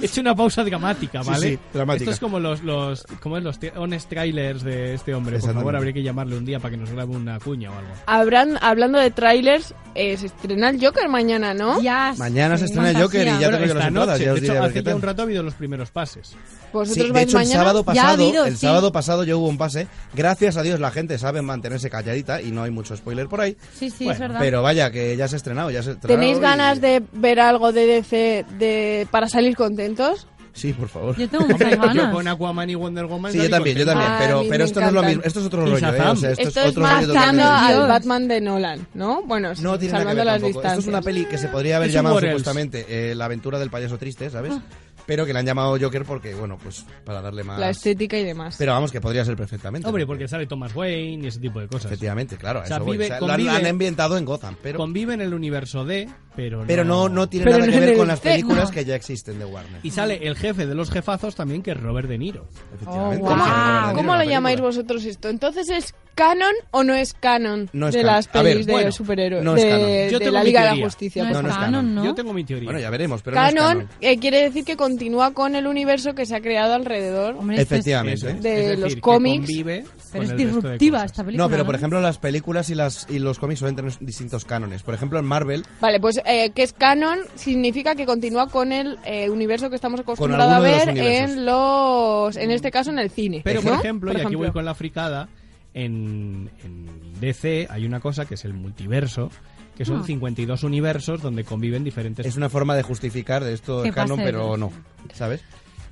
Speaker 2: He hecho una pausa dramática,
Speaker 1: Sí,
Speaker 2: ¿vale?
Speaker 1: sí, dramática.
Speaker 2: Esto es como los, los, como es los te- honest trailers de este hombre. Por
Speaker 1: Exactamente.
Speaker 2: favor, habría que llamarle un día para que nos grabe una cuña o algo.
Speaker 10: Habrán- hablando de trailers, eh, se estrena el Joker mañana, ¿no?
Speaker 14: Ya.
Speaker 1: Mañana se estrena el
Speaker 14: Fantasía.
Speaker 1: Joker y ya
Speaker 2: Bueno,
Speaker 1: tengo yo las
Speaker 2: esta
Speaker 1: entradas,
Speaker 2: noche,
Speaker 1: ya os
Speaker 2: de hecho,
Speaker 1: diré a ver
Speaker 2: hace
Speaker 1: qué
Speaker 2: ya
Speaker 1: tal.
Speaker 2: un rato ha habido los primeros pases.
Speaker 1: Sí,
Speaker 10: ¿Vosotros
Speaker 1: de
Speaker 10: vais
Speaker 1: hecho, el
Speaker 10: mañana?
Speaker 1: sábado
Speaker 14: Ya ha
Speaker 1: pasado,
Speaker 14: habido,
Speaker 1: el
Speaker 14: sí.
Speaker 1: sábado pasado yo hubo un pase. Gracias a Dios la gente sabe mantenerse calladita y no hay mucho spoiler por ahí.
Speaker 14: Sí, sí, es
Speaker 1: Bueno,
Speaker 14: verdad.
Speaker 1: pero vaya, que ya se ha estrenado, ya se ha estrenado
Speaker 10: ¿Tenéis
Speaker 1: y-
Speaker 10: ganas de ver algo de DC de, para salir contentos?
Speaker 1: Sí, por favor.
Speaker 14: Yo tengo muchas
Speaker 2: Yo
Speaker 14: ganas.
Speaker 2: con Aquaman y Wonder Woman.
Speaker 1: Sí, yo
Speaker 2: salí
Speaker 1: también, yo
Speaker 2: contento.
Speaker 1: también.
Speaker 10: Ah, a
Speaker 1: pero
Speaker 10: mí
Speaker 1: pero
Speaker 10: me
Speaker 1: esto no es lo
Speaker 10: encantan.
Speaker 1: mismo, esto es otro
Speaker 2: Y
Speaker 1: rollo, ¿eh?
Speaker 2: Shazam.
Speaker 1: O sea, esto,
Speaker 10: Esto
Speaker 1: es
Speaker 10: es
Speaker 1: otro
Speaker 10: más
Speaker 1: rollo totalmente
Speaker 10: cercano
Speaker 1: distinto.
Speaker 10: al
Speaker 14: Dios.
Speaker 10: Batman de Nolan, ¿no? Bueno,
Speaker 1: No tiene nada que
Speaker 10: salvando
Speaker 1: ver
Speaker 10: las
Speaker 1: tampoco. Esto es una
Speaker 10: distancias.
Speaker 1: peli que se podría haber
Speaker 2: Es un
Speaker 1: llamado
Speaker 2: what else.
Speaker 1: supuestamente eh, La aventura del payaso triste, ¿sabes?
Speaker 10: Ah.
Speaker 1: Pero que le han llamado Joker porque, bueno, pues para darle más...
Speaker 10: La estética y demás.
Speaker 1: Pero vamos, que podría ser perfectamente.
Speaker 2: Hombre, porque sale Thomas Wayne y ese tipo de cosas.
Speaker 1: Efectivamente, claro, a
Speaker 2: O sea,
Speaker 1: eso voy.
Speaker 2: vive-
Speaker 1: O sea, lo han,
Speaker 2: convive-
Speaker 1: lo han ambientado en Gotham, pero...
Speaker 2: Convive en el universo D, pero
Speaker 1: Pero no, no tiene
Speaker 10: Pero
Speaker 1: nada
Speaker 10: no
Speaker 1: que
Speaker 10: en
Speaker 1: ver
Speaker 10: el
Speaker 1: con las
Speaker 10: tema.
Speaker 1: películas que ya existen de Warner.
Speaker 2: Y sale el jefe de los jefazos también, que es Robert De Niro.
Speaker 1: Efectivamente.
Speaker 14: Oh,
Speaker 1: sale
Speaker 14: wow.
Speaker 1: Robert De Niro
Speaker 10: Ah, ¿Cómo
Speaker 1: en
Speaker 10: lo
Speaker 1: la
Speaker 10: llamáis
Speaker 1: película.
Speaker 10: vosotros esto? Entonces es canon o no es canon
Speaker 1: No es
Speaker 10: de
Speaker 1: canon.
Speaker 10: las
Speaker 1: A ver,
Speaker 10: pelis de
Speaker 1: bueno,
Speaker 10: superhéroes
Speaker 1: no es
Speaker 10: de,
Speaker 1: canon.
Speaker 10: de
Speaker 2: Yo tengo
Speaker 10: la
Speaker 2: mi
Speaker 10: Liga de
Speaker 2: teoría.
Speaker 10: la Justicia.
Speaker 14: No,
Speaker 10: por
Speaker 1: No, no
Speaker 14: es
Speaker 1: es
Speaker 14: canon,
Speaker 1: canon.
Speaker 14: ¿no?
Speaker 2: Yo tengo mi teoría.
Speaker 1: Bueno, ya veremos, pero no es
Speaker 10: canon
Speaker 1: canon.
Speaker 10: eh, quiere decir que continúa con el universo que se ha creado alrededor.
Speaker 14: Hombre, esto es-
Speaker 1: Efectivamente.
Speaker 2: Eso es.
Speaker 10: De
Speaker 2: Es decir,
Speaker 10: los
Speaker 2: que
Speaker 10: cómics.
Speaker 2: convive con
Speaker 14: Pero es
Speaker 2: el resto de
Speaker 14: disruptiva
Speaker 2: cosas.
Speaker 14: esta película.
Speaker 1: No, pero por
Speaker 14: ¿no?
Speaker 1: ejemplo las películas y las y los cómics suelen tener distintos cánones. Por ejemplo, en Marvel
Speaker 10: Vale, pues eh, que es canon significa que continúa con el eh, universo que estamos acostumbrados a
Speaker 1: alguno de los
Speaker 10: ver
Speaker 1: universos.
Speaker 10: en los, en este caso en el cine.
Speaker 2: Pero,
Speaker 10: ¿no?
Speaker 2: por ejemplo, y aquí voy con la fricada, en, en DC hay una cosa que es el multiverso, que son
Speaker 14: Ah.
Speaker 2: 52 universos donde conviven diferentes...
Speaker 1: es una forma de justificar de esto
Speaker 14: Qué
Speaker 1: es canon,
Speaker 14: pase,
Speaker 1: pero
Speaker 14: pero
Speaker 1: no, ¿sabes?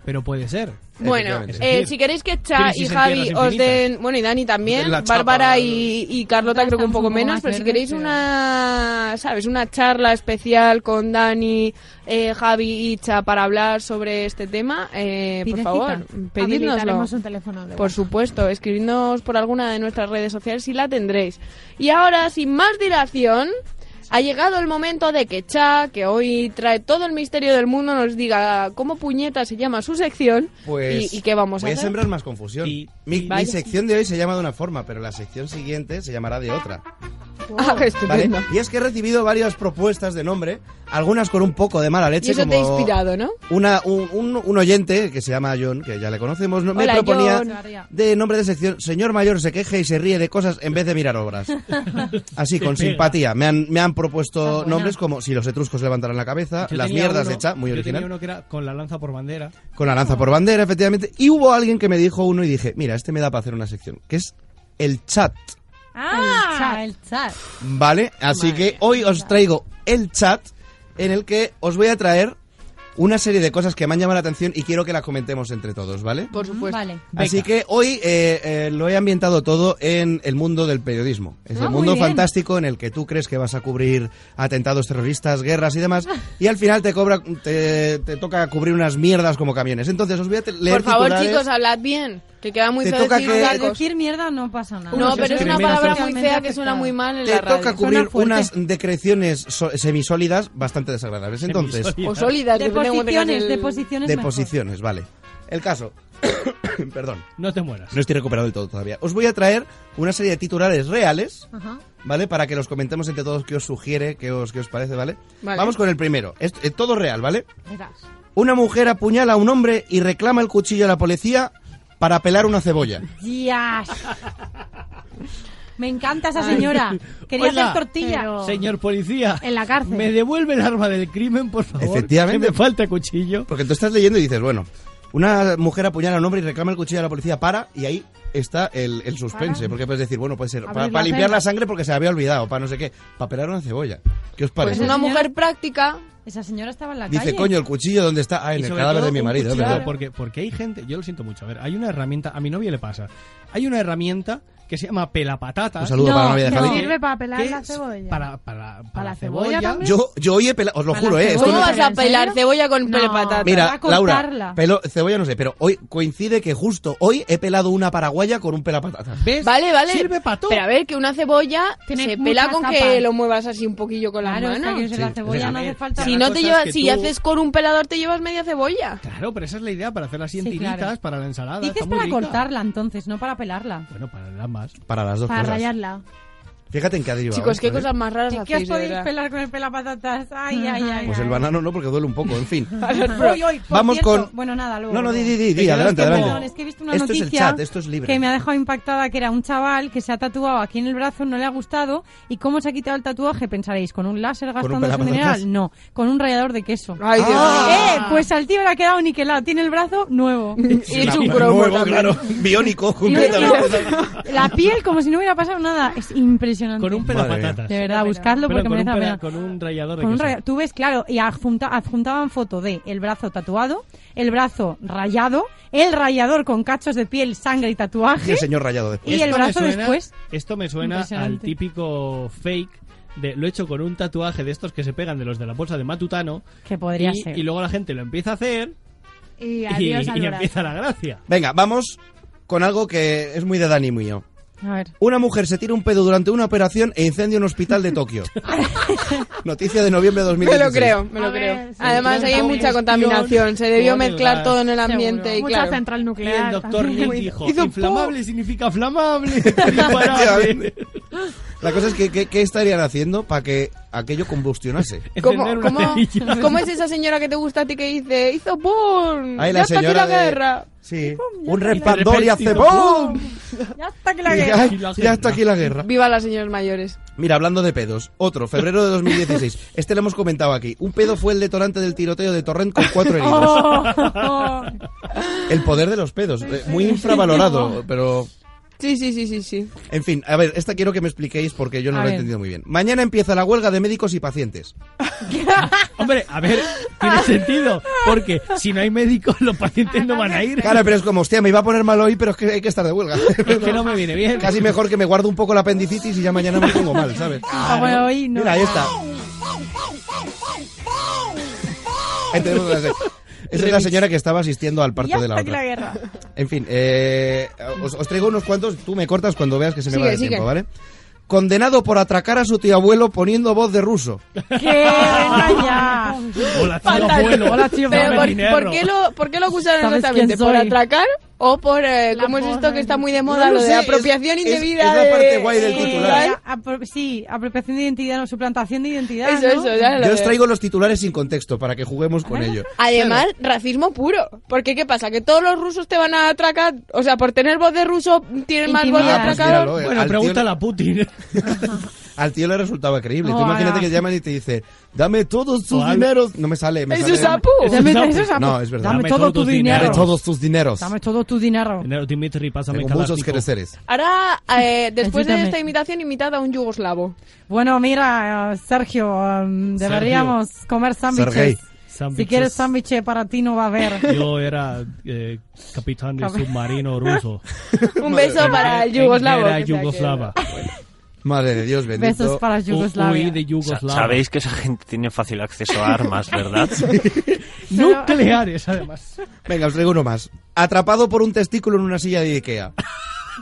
Speaker 2: Pero puede ser.
Speaker 10: Bueno,
Speaker 1: Efectivamente.
Speaker 10: eh,
Speaker 2: Es
Speaker 10: si queréis que Cha y
Speaker 2: Crisis en
Speaker 10: Javi
Speaker 2: Tierras
Speaker 10: os den,
Speaker 2: Infinitas.
Speaker 10: bueno y Dani también,
Speaker 1: La chapa.
Speaker 10: Bárbara y, y Carlota creo que un
Speaker 14: Estamos
Speaker 10: poco
Speaker 14: un poco
Speaker 10: menos,
Speaker 14: más
Speaker 10: pero si
Speaker 14: verdes,
Speaker 10: queréis
Speaker 14: pero-
Speaker 10: una, sabes, una charla especial con Dani, eh, Javi y Cha para hablar sobre este tema, eh, por
Speaker 14: Pide
Speaker 10: favor,
Speaker 14: cita.
Speaker 10: pedidnoslo.
Speaker 15: Habilitaremos un teléfono de
Speaker 10: Por supuesto, escribidnos por alguna de nuestras redes sociales si la tendréis. Y ahora, sin más dilación, Ha llegado el momento de que Cha, que hoy trae todo el misterio del mundo, nos diga cómo puñeta se llama su sección
Speaker 1: Pues
Speaker 10: y, y qué vamos a
Speaker 1: voy
Speaker 10: hacer.
Speaker 1: sembrar más confusión. mi, mi
Speaker 10: Vaya.
Speaker 1: sección de hoy se llama de una forma, pero la sección siguiente se llamará de otra.
Speaker 10: Ah, qué estupendo.
Speaker 1: ¿vale? Y es que he recibido varias propuestas de nombre, algunas con un poco de mala leche.
Speaker 10: Y eso te ha
Speaker 1: como
Speaker 10: inspirado, ¿no?
Speaker 1: Una, un, un- un oyente que se llama John, que ya le conocemos, no- me
Speaker 10: Hola,
Speaker 1: proponía
Speaker 10: John.
Speaker 1: de nombre de sección, señor mayor se queja y se ríe de cosas en vez de mirar obras. Así,
Speaker 2: Te
Speaker 1: con
Speaker 2: pega.
Speaker 1: simpatía. Me han, me han propuesto
Speaker 2: buena.
Speaker 1: nombres como si los etruscos levantaran la cabeza,
Speaker 2: Yo
Speaker 1: las
Speaker 2: tenía
Speaker 1: mierdas
Speaker 2: uno-
Speaker 1: de Cha, muy
Speaker 2: yo
Speaker 1: original
Speaker 2: Tenía uno que era con la lanza por bandera.
Speaker 1: con la lanza por bandera, efectivamente. Y hubo alguien que me dijo uno y dije, mira, este me da para hacer una sección, que es el chat,
Speaker 14: Ah, el chat.
Speaker 1: ¿vale? Así que hoy os traigo el chat en el que os voy a traer una serie de cosas que me han llamado la atención y quiero que las comentemos entre todos, ¿vale?
Speaker 10: Por supuesto.
Speaker 14: Vale.
Speaker 1: Así que hoy eh, eh, lo he ambientado todo en el mundo del periodismo. Es
Speaker 14: Ah,
Speaker 1: el
Speaker 14: muy
Speaker 1: mundo
Speaker 14: bien.
Speaker 1: fantástico en el que tú crees que vas a cubrir atentados terroristas, guerras y demás, y al final te cobra, te, te toca cubrir unas mierdas como camiones. Entonces os voy a te- leer
Speaker 10: Por favor,
Speaker 1: titulares.
Speaker 10: chicos, hablad bien, que queda muy
Speaker 1: Te
Speaker 10: feo
Speaker 1: toca
Speaker 10: decir
Speaker 1: que-
Speaker 10: tacos.
Speaker 14: Decir mierda no pasa nada.
Speaker 10: No, pero es una palabra muy fea que suena muy mal en
Speaker 1: Te
Speaker 10: la radio.
Speaker 1: toca cubrir unas decreciones so- semisólidas bastante desagradables. Entonces,
Speaker 10: O sólidas,
Speaker 14: De
Speaker 10: depende cómo tengas
Speaker 14: posiciones,
Speaker 10: el-
Speaker 14: de posiciones
Speaker 1: de
Speaker 14: mejor.
Speaker 1: posiciones, vale. El caso. Perdón.
Speaker 2: No te mueras.
Speaker 1: No estoy recuperado del todo todavía. Os voy a traer una serie de titulares reales,
Speaker 14: Ajá.
Speaker 1: ¿vale? Para que los comentemos entre todos qué os sugiere, qué os, qué os parece, ¿vale?
Speaker 14: Vale.
Speaker 1: Vamos con el primero. Es, eh, todo real, ¿vale?
Speaker 14: Verás.
Speaker 1: Una mujer apuñala a un hombre y reclama el cuchillo a la policía para pelar una cebolla.
Speaker 14: Yes. Me encanta esa señora. Quería
Speaker 2: Oiga,
Speaker 14: hacer tortilla.
Speaker 2: Señor policía.
Speaker 14: En la cárcel.
Speaker 2: Me devuelve el arma del crimen, por favor.
Speaker 1: Efectivamente.
Speaker 2: Que me falta cuchillo.
Speaker 1: Porque tú estás leyendo y dices, bueno, una mujer apuñala a un hombre y reclama el cuchillo a la policía, para, y ahí está el, el suspense.
Speaker 2: Para.
Speaker 1: Porque puedes decir, bueno, puede ser
Speaker 10: Abrir
Speaker 1: para,
Speaker 10: la
Speaker 1: para limpiar
Speaker 10: celda.
Speaker 1: la sangre porque se había olvidado, para no sé qué, para pelar una cebolla. ¿Qué os
Speaker 10: Pues
Speaker 1: parece?
Speaker 10: una mujer práctica.
Speaker 14: Esa señora estaba en la
Speaker 1: Dice, coño, el cuchillo, ¿dónde está? Ah, en
Speaker 2: Y
Speaker 1: el
Speaker 2: sobre
Speaker 1: cadáver
Speaker 2: todo
Speaker 1: de mi
Speaker 2: un
Speaker 1: marido, es
Speaker 2: cuchillo,
Speaker 1: ¿verdad?
Speaker 2: Porque, porque hay gente, yo lo siento mucho, a ver, hay una herramienta, a mi novia le pasa, hay una herramienta que se llama pelapatata.
Speaker 1: Un saludo No, para la novia de
Speaker 15: que
Speaker 1: Javi.
Speaker 15: sirve para pelar
Speaker 2: ¿Qué
Speaker 15: la
Speaker 2: es?
Speaker 15: cebolla.
Speaker 2: Para, para, para,
Speaker 15: la
Speaker 2: la cebolla.
Speaker 15: cebolla también?
Speaker 1: Yo, yo hoy he pelado, os lo juro, ¿eh? Esto
Speaker 10: ¿Cómo
Speaker 1: no es-
Speaker 10: vas a pelar cebolla con pelapatata?
Speaker 1: Mira, Laura, pelo, cebolla no sé, pero hoy coincide que justo hoy he pelado una paraguaya con un pelapatata.
Speaker 2: ¿Ves?
Speaker 10: Vale, vale.
Speaker 2: Sirve para todo.
Speaker 10: Pero a ver, que una cebolla
Speaker 15: Tiene
Speaker 10: se
Speaker 15: muchas
Speaker 10: pela con que
Speaker 15: capas.
Speaker 10: lo muevas así un poquillo con
Speaker 14: Claro,
Speaker 10: la
Speaker 14: es que
Speaker 10: mano.
Speaker 14: aquí se la
Speaker 1: Sí,
Speaker 14: cebolla
Speaker 1: sí.
Speaker 14: no hace falta.
Speaker 10: Si
Speaker 2: Una
Speaker 10: no
Speaker 2: cosa
Speaker 10: te
Speaker 2: es
Speaker 10: llevas,
Speaker 2: que
Speaker 10: si
Speaker 2: tú-
Speaker 10: haces con un pelador te llevas media cebolla.
Speaker 2: Claro, pero esa es la idea, para hacerlas así en
Speaker 14: Sí,
Speaker 2: tiritas,
Speaker 14: claro.
Speaker 2: para la ensalada.
Speaker 14: Dices
Speaker 2: está muy
Speaker 14: para
Speaker 2: rica.
Speaker 14: cortarla entonces, no para pelarla.
Speaker 2: Bueno, para ambas.
Speaker 1: Para las dos
Speaker 15: Para
Speaker 1: cosas.
Speaker 15: rayarla.
Speaker 1: Fíjate en qué ha derivado
Speaker 10: Chicos,
Speaker 1: esto,
Speaker 10: qué
Speaker 1: ¿eh?
Speaker 10: cosas más raras
Speaker 14: ¿Qué os
Speaker 10: hacéis, de
Speaker 14: podéis
Speaker 10: verdad.
Speaker 14: pelar con el pelapatatas? Ay, ay, ay.
Speaker 1: Pues
Speaker 14: ay.
Speaker 1: el banano no, porque duele un poco, en fin.
Speaker 14: Uy, uy, por
Speaker 1: Vamos
Speaker 14: cierto-
Speaker 1: con-
Speaker 14: Bueno, nada, luego.
Speaker 1: No, no, di,
Speaker 14: luego.
Speaker 1: di, di,
Speaker 2: Te quedas
Speaker 1: adelante,
Speaker 2: como-
Speaker 1: adelante.
Speaker 14: Perdón, es que he visto una
Speaker 1: esto
Speaker 14: noticia
Speaker 1: es el chat, esto es libre.
Speaker 14: que me ha dejado impactada, que era un chaval que se ha tatuado aquí en el brazo, no le ha gustado, y cómo se ha quitado el tatuaje, pensaréis, ¿con un láser
Speaker 1: un
Speaker 14: gastándose un
Speaker 1: pelapatatas?
Speaker 14: dineral? No, con un rallador de queso.
Speaker 10: Ay, Dios
Speaker 14: ¡Eh! Pues al tío le ha quedado niquelado, tiene el brazo nuevo.
Speaker 10: mío. Y es un
Speaker 1: Nuevo,
Speaker 10: cromo también.
Speaker 1: claro, biónico,
Speaker 14: Y le-
Speaker 1: completamente.
Speaker 14: la piel como si no hubiera pasado nada, es impresionante.
Speaker 2: Con un
Speaker 1: Madre
Speaker 2: pelapatatas.
Speaker 14: De verdad, buscadlo
Speaker 2: Pero
Speaker 14: porque
Speaker 2: con, un
Speaker 14: merece la pena.
Speaker 2: pela- con un rallador de
Speaker 14: Con un
Speaker 2: queso.
Speaker 14: rayo- Tú ves, claro, y adjunta- adjuntaban foto de el brazo tatuado, el brazo rayado, el rayador con cachos de piel, sangre y
Speaker 1: Y
Speaker 14: tatuaje.
Speaker 1: el señor rayado
Speaker 14: Y
Speaker 1: después.
Speaker 14: el
Speaker 2: Esto me
Speaker 14: brazo
Speaker 2: suena-
Speaker 14: después.
Speaker 2: Esto me suena al
Speaker 14: Impresionante.
Speaker 2: típico fake de lo he hecho con un tatuaje de estos que se pegan de los de la bolsa de Matutano.
Speaker 14: Que podría
Speaker 2: y,
Speaker 14: ser.
Speaker 2: y luego la gente lo empieza a hacer
Speaker 15: Y
Speaker 2: y,
Speaker 15: adiós
Speaker 2: y
Speaker 15: al brazo.
Speaker 2: empieza la gracia.
Speaker 1: Venga, vamos con algo que es muy de Dani Muñoz.
Speaker 14: A ver.
Speaker 1: Una mujer se tira un pedo durante una operación e incendia un hospital de Tokio. Noticia de noviembre de
Speaker 10: Me
Speaker 1: 2016.
Speaker 10: lo creo, me
Speaker 15: A
Speaker 10: lo
Speaker 15: ver,
Speaker 10: creo.
Speaker 15: sí,
Speaker 10: Además,
Speaker 2: claro,
Speaker 10: ahí hay mucha
Speaker 2: digestión,
Speaker 10: contaminación. Se debió
Speaker 2: con el
Speaker 10: mezclar
Speaker 2: gas.
Speaker 10: todo en el ambiente.
Speaker 15: Seguro.
Speaker 10: Y
Speaker 15: Mucha
Speaker 10: claro.
Speaker 15: central
Speaker 2: Y
Speaker 15: nuclear.
Speaker 2: el doctor
Speaker 15: también.
Speaker 2: Nick dijo,
Speaker 10: Hizo
Speaker 2: inflamable significa flamable. Disparate.
Speaker 1: La cosa es que, que- ¿qué estarían haciendo para que aquello combustionase?
Speaker 10: ¿Cómo,
Speaker 2: Encender una
Speaker 10: cómo,
Speaker 2: cerilla.
Speaker 10: cómo es esa señora que te gusta a ti que dice hizo boom? ya
Speaker 1: Ahí la
Speaker 10: está aquí la
Speaker 1: señora de-
Speaker 10: guerra.
Speaker 1: Sí, un
Speaker 2: de
Speaker 1: resplandor y
Speaker 2: repente
Speaker 1: hace
Speaker 2: hizo
Speaker 1: ¡boom!
Speaker 14: Ya está que
Speaker 1: Y
Speaker 14: la
Speaker 1: dice,
Speaker 14: guerra.
Speaker 1: "Ay, Ya está aquí la guerra.
Speaker 10: Viva las señoras mayores.
Speaker 1: Mira, hablando de pedos, otro, febrero de 2016. Este lo hemos comentado aquí. Un pedo fue el detonante del tiroteo de Torrent con cuatro heridos.
Speaker 14: Oh.
Speaker 1: El poder de los pedos. eh, Muy infravalorado, pero...
Speaker 10: Sí, sí, sí, sí, sí.
Speaker 1: En fin, a ver, esta quiero que me expliquéis porque yo no
Speaker 14: A
Speaker 1: lo he
Speaker 14: ver.
Speaker 1: entendido muy bien. Mañana empieza la huelga de médicos y pacientes.
Speaker 2: Hombre, a ver, tiene sentido. Porque si no hay médicos, los pacientes no van a ir.
Speaker 1: Claro, pero es como, hostia, me iba a poner mal hoy, pero es que hay que estar de huelga.
Speaker 2: Es que no me viene bien.
Speaker 1: Casi mejor que me guardo un poco la apendicitis y ya mañana me pongo mal, ¿sabes?
Speaker 14: Ah, bueno, hoy no.
Speaker 1: Mira, ahí está. Entendemos la se- Esa es la señora que estaba asistiendo al
Speaker 14: Ya
Speaker 1: parto de la
Speaker 14: está que la
Speaker 1: otra.
Speaker 14: guerra.
Speaker 1: En fin, eh, os, os traigo unos cuantos. Tú me cortas cuando veas que se me
Speaker 10: Sigue,
Speaker 1: va el
Speaker 10: sigue.
Speaker 1: tiempo, ¿vale? condenado por atracar a su tío abuelo poniendo voz de ruso.
Speaker 14: ¡Qué venga ya!
Speaker 2: Hola,
Speaker 1: tío abuelo. Hola, tío
Speaker 10: Pero
Speaker 1: abuelo.
Speaker 10: ¿por,
Speaker 1: Dinero.
Speaker 10: por qué lo, ¿por qué lo acusaron
Speaker 1: ¿Sabes
Speaker 10: exactamente?
Speaker 1: quién
Speaker 10: ¿Por
Speaker 1: soy?
Speaker 10: atracar o por, eh, cómo es esto que está muy de moda,
Speaker 14: No lo
Speaker 10: lo de
Speaker 14: sé, es-
Speaker 10: apropiación
Speaker 14: es-
Speaker 10: indebida?
Speaker 1: es la
Speaker 10: de-
Speaker 1: parte guay del
Speaker 10: Sí,
Speaker 1: titular.
Speaker 10: ¿vale?
Speaker 14: Apro- sí, apropiación de identidad, no, suplantación de identidad.
Speaker 10: Eso,
Speaker 14: ¿no?
Speaker 10: eso, ya lo
Speaker 1: Yo
Speaker 14: eh.
Speaker 10: veo.
Speaker 1: os traigo los titulares sin contexto para que juguemos con ello.
Speaker 10: Además, racismo puro. Porque, ¿qué pasa? ¿Que todos los rusos te van a atracar? O sea, por tener voz de ruso, tienen más voz de
Speaker 1: Ah, pues
Speaker 10: atracador.
Speaker 1: míralo, eh.
Speaker 2: Bueno,
Speaker 1: Al tío
Speaker 2: pregúntale a Putin.
Speaker 1: Al tío le resultaba creíble. Tú
Speaker 2: Oh,
Speaker 1: imagínate
Speaker 2: ala.
Speaker 1: que llaman y te dice, dame todos tus
Speaker 2: Ojalá.
Speaker 1: dineros. No me sale, me
Speaker 14: Es
Speaker 1: sale.
Speaker 14: un sapo. Es un Dame- sapo. es un sapo.
Speaker 1: No, es verdad.
Speaker 14: Dame Dame todo todo tu tu dinero. dinero.
Speaker 1: Dame todos tus dineros.
Speaker 14: Dame todo tu dinero.
Speaker 2: Dinero, Dimitri, pásame
Speaker 1: Tengo muchos
Speaker 2: Kalashnikov.
Speaker 1: creceres.
Speaker 10: Ahora, eh, después de
Speaker 14: Ayúdame.
Speaker 10: esta imitación, imitad a un yugoslavo.
Speaker 14: Bueno, mira, eh, Sergio, em,
Speaker 2: Sergio.
Speaker 14: deberíamos comer sándwiches.
Speaker 2: Sergei.
Speaker 14: Si
Speaker 2: Sándwiches.
Speaker 14: quieres sándwiches, para ti no va a haber.
Speaker 2: Yo era eh, capitán de
Speaker 14: Cap-
Speaker 2: submarino ruso.
Speaker 10: Un beso para el yugoslavo.
Speaker 2: Era
Speaker 10: que sea
Speaker 2: yugoslava.
Speaker 1: Madre de Dios, bendito.
Speaker 10: Besos para Yugoslavia.
Speaker 2: Huí de Yugoslavia.
Speaker 4: Sabéis que esa gente tiene fácil acceso a armas, ¿verdad?
Speaker 2: Nucleares, además.
Speaker 1: Venga, os traigo uno más. Atrapado por un testículo en una silla de Ikea.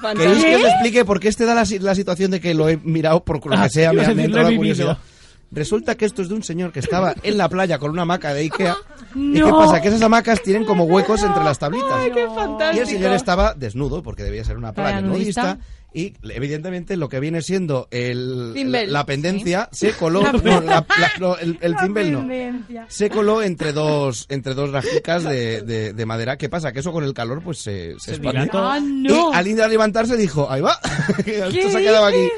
Speaker 10: Fantástico.
Speaker 1: ¿Queréis que os explique por qué este da la, si- la situación de que lo he mirado por lo
Speaker 2: Ah,
Speaker 1: que sea? Me,
Speaker 2: ibas a
Speaker 1: ha- me ha
Speaker 2: decir, lo
Speaker 1: entrado
Speaker 2: he
Speaker 1: la curiosidad.
Speaker 2: vivido.
Speaker 1: Resulta que esto es de un señor que estaba en la playa con una hamaca de Ikea. ¿Y
Speaker 2: No.
Speaker 1: qué pasa? Que esas hamacas tienen como huecos entre las tablitas.
Speaker 10: qué
Speaker 1: Y
Speaker 10: fantástico.
Speaker 1: el señor estaba desnudo, porque debía ser una playa
Speaker 10: Playa
Speaker 1: nudista. Y evidentemente lo que viene siendo el, la,
Speaker 10: Cimbel.
Speaker 1: la pendencia se coló,
Speaker 14: La-
Speaker 1: no, la- la- no, el, el
Speaker 14: La
Speaker 1: cimbel no.
Speaker 14: tendencia.
Speaker 1: se coló entre dos entre dos rajicas de, de- de madera. ¿Qué pasa? Que eso con el calor pues se, se, expandió.
Speaker 2: dilató. Ah,
Speaker 14: no.
Speaker 1: Y al intentar levantarse dijo, ahí va, esto se
Speaker 14: ¿Qué
Speaker 1: ha quedado aquí.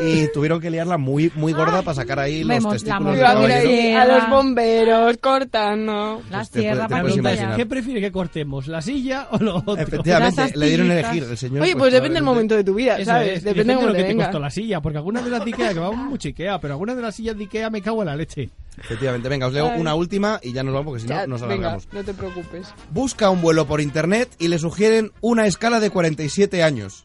Speaker 1: Y tuvieron que liarla muy muy gorda para sacar ahí los
Speaker 14: Vemos, la
Speaker 1: testículos. de
Speaker 10: Iba a
Speaker 1: todo
Speaker 10: mirar
Speaker 1: lleno.
Speaker 10: ahí a los bomberos cortando.
Speaker 14: La
Speaker 1: Pues te sierra, puedes- te puedes Paquita. imaginar.
Speaker 2: ¿Qué prefiere que cortemos? ¿La silla o lo otro?
Speaker 1: Efectivamente, le dieron a elegir el señor.
Speaker 10: Oye, pues depende del momento de tu vida,
Speaker 2: Eso
Speaker 10: ¿sabes?
Speaker 2: es,
Speaker 10: Depende de cómo
Speaker 2: lo
Speaker 10: te
Speaker 2: que te
Speaker 10: venga.
Speaker 2: costó la silla, porque algunas de las de Ikea, que vamos mucho Ikea, pero algunas de las sillas de Ikea me cago en la leche.
Speaker 1: Efectivamente, venga, os leo
Speaker 10: Ay.
Speaker 1: una última y ya nos vamos porque si no
Speaker 10: Ya,
Speaker 1: nos
Speaker 10: venga,
Speaker 1: alargamos.
Speaker 10: no te preocupes.
Speaker 1: Busca un vuelo por internet y le sugieren una escala de 47 años.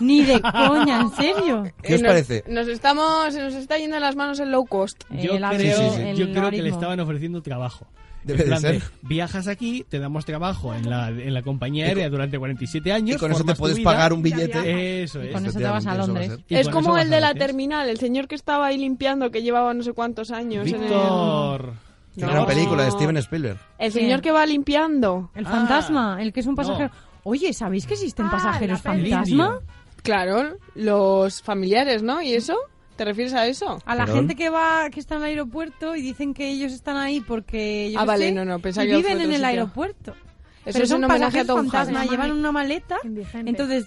Speaker 14: Ni de coña, ¿en serio?
Speaker 1: ¿Qué os
Speaker 10: Eh, nos,
Speaker 1: parece?
Speaker 10: Nos estamos, se nos está yendo las manos el low cost.
Speaker 14: Eh,
Speaker 2: Yo creo, yo creo que le estaban ofreciendo trabajo.
Speaker 1: Debe
Speaker 2: En plan
Speaker 1: de ser.
Speaker 2: viajas aquí, te damos trabajo en la, en la compañía
Speaker 1: Y con-
Speaker 2: aérea durante 47 años.
Speaker 1: y con eso te
Speaker 2: formas tu
Speaker 1: puedes
Speaker 2: vida.
Speaker 1: pagar un billete.
Speaker 2: Eso es.
Speaker 14: con eso te vas a Londres.
Speaker 2: Y
Speaker 10: es
Speaker 2: con
Speaker 10: como
Speaker 2: eso
Speaker 10: el de
Speaker 2: vas a
Speaker 10: la
Speaker 2: Londres.
Speaker 10: terminal, el señor que estaba ahí limpiando, que llevaba no sé cuántos años. en el-
Speaker 2: Víctor.
Speaker 1: Qué gran película
Speaker 10: Oh.
Speaker 1: de Steven Spielberg.
Speaker 10: el... señor que va limpiando. Ah,
Speaker 14: El
Speaker 2: Ah.
Speaker 14: fantasma, el que es un pasajero. Oye, ¿sabéis que existen pasajeros
Speaker 2: peli.
Speaker 14: fantasma?
Speaker 2: Indio.
Speaker 10: Claro, los familiares, ¿no? ¿Y eso? ¿Te refieres a eso?
Speaker 14: A la
Speaker 1: Perdón.
Speaker 14: gente que va, que está en el aeropuerto y dicen que ellos están ahí porque yo
Speaker 10: Ah,
Speaker 14: qué
Speaker 10: vale,
Speaker 14: sé,
Speaker 10: no, no, pensaba
Speaker 14: y
Speaker 10: que
Speaker 14: viven
Speaker 10: fue
Speaker 14: en
Speaker 10: otro
Speaker 14: el
Speaker 10: sitio.
Speaker 14: aeropuerto.
Speaker 10: Eso
Speaker 14: pero
Speaker 10: es
Speaker 14: son
Speaker 10: un homenaje a
Speaker 14: pasajeros
Speaker 10: Tom
Speaker 14: fantasma,
Speaker 10: Hanks.
Speaker 14: llevan una maleta, entonces,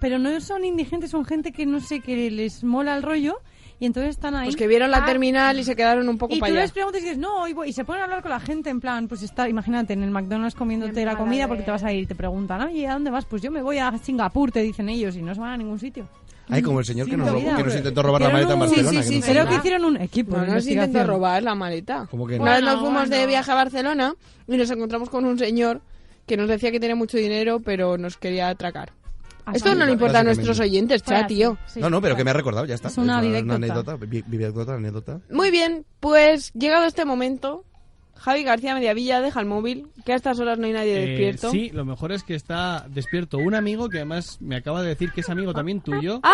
Speaker 14: pero no son indigentes, son gente que no sé que les mola el rollo y entonces están ahí.
Speaker 10: Pues que vieron la
Speaker 14: Ah,
Speaker 10: terminal y se quedaron un poco
Speaker 14: y tú
Speaker 10: para allá.
Speaker 14: les preguntas y dices, no, hoy voy. Y se ponen a hablar con la gente, en plan, pues está, imagínate, en el McDonald's comiéndote la comida porque te vas a ir. Te preguntan, oye, ¿a dónde vas? Pues yo me voy a Singapur, te dicen ellos, y no se van a ningún sitio.
Speaker 1: Ay, como el señor que nos,
Speaker 14: la
Speaker 1: robó-
Speaker 14: vida.
Speaker 1: que nos intentó robar la
Speaker 14: Hicieron
Speaker 1: maleta en
Speaker 14: un- sí,
Speaker 1: Barcelona.
Speaker 14: sí,
Speaker 1: que nos
Speaker 14: sí, creo
Speaker 1: robó.
Speaker 14: que hicieron un equipo
Speaker 10: No
Speaker 14: de
Speaker 10: nos
Speaker 14: investigación.
Speaker 10: intentó robar la maleta.
Speaker 1: ¿Cómo que no?
Speaker 10: Una vez nos
Speaker 14: Bueno,
Speaker 10: fuimos de
Speaker 14: bueno.
Speaker 10: viaje a Barcelona y nos encontramos con un señor que nos decía que tenía mucho dinero, pero nos quería atracar.
Speaker 14: Ah,
Speaker 10: Esto no le importa a nuestros
Speaker 1: Básicamente.
Speaker 10: oyentes, chat, tío.
Speaker 1: No, no, pero que me ha recordado, ya está.
Speaker 10: Es una
Speaker 1: una
Speaker 10: vivecdota.
Speaker 1: anécdota, vi- vivecdota, anécdota.
Speaker 10: Muy bien, pues llegado este momento, Javi García Mediavilla deja el móvil, que a estas horas no hay nadie
Speaker 2: Eh,
Speaker 10: despierto.
Speaker 2: sí, lo mejor es que está despierto un amigo que además me acaba de decir que es amigo también tuyo.
Speaker 10: ¡Ay,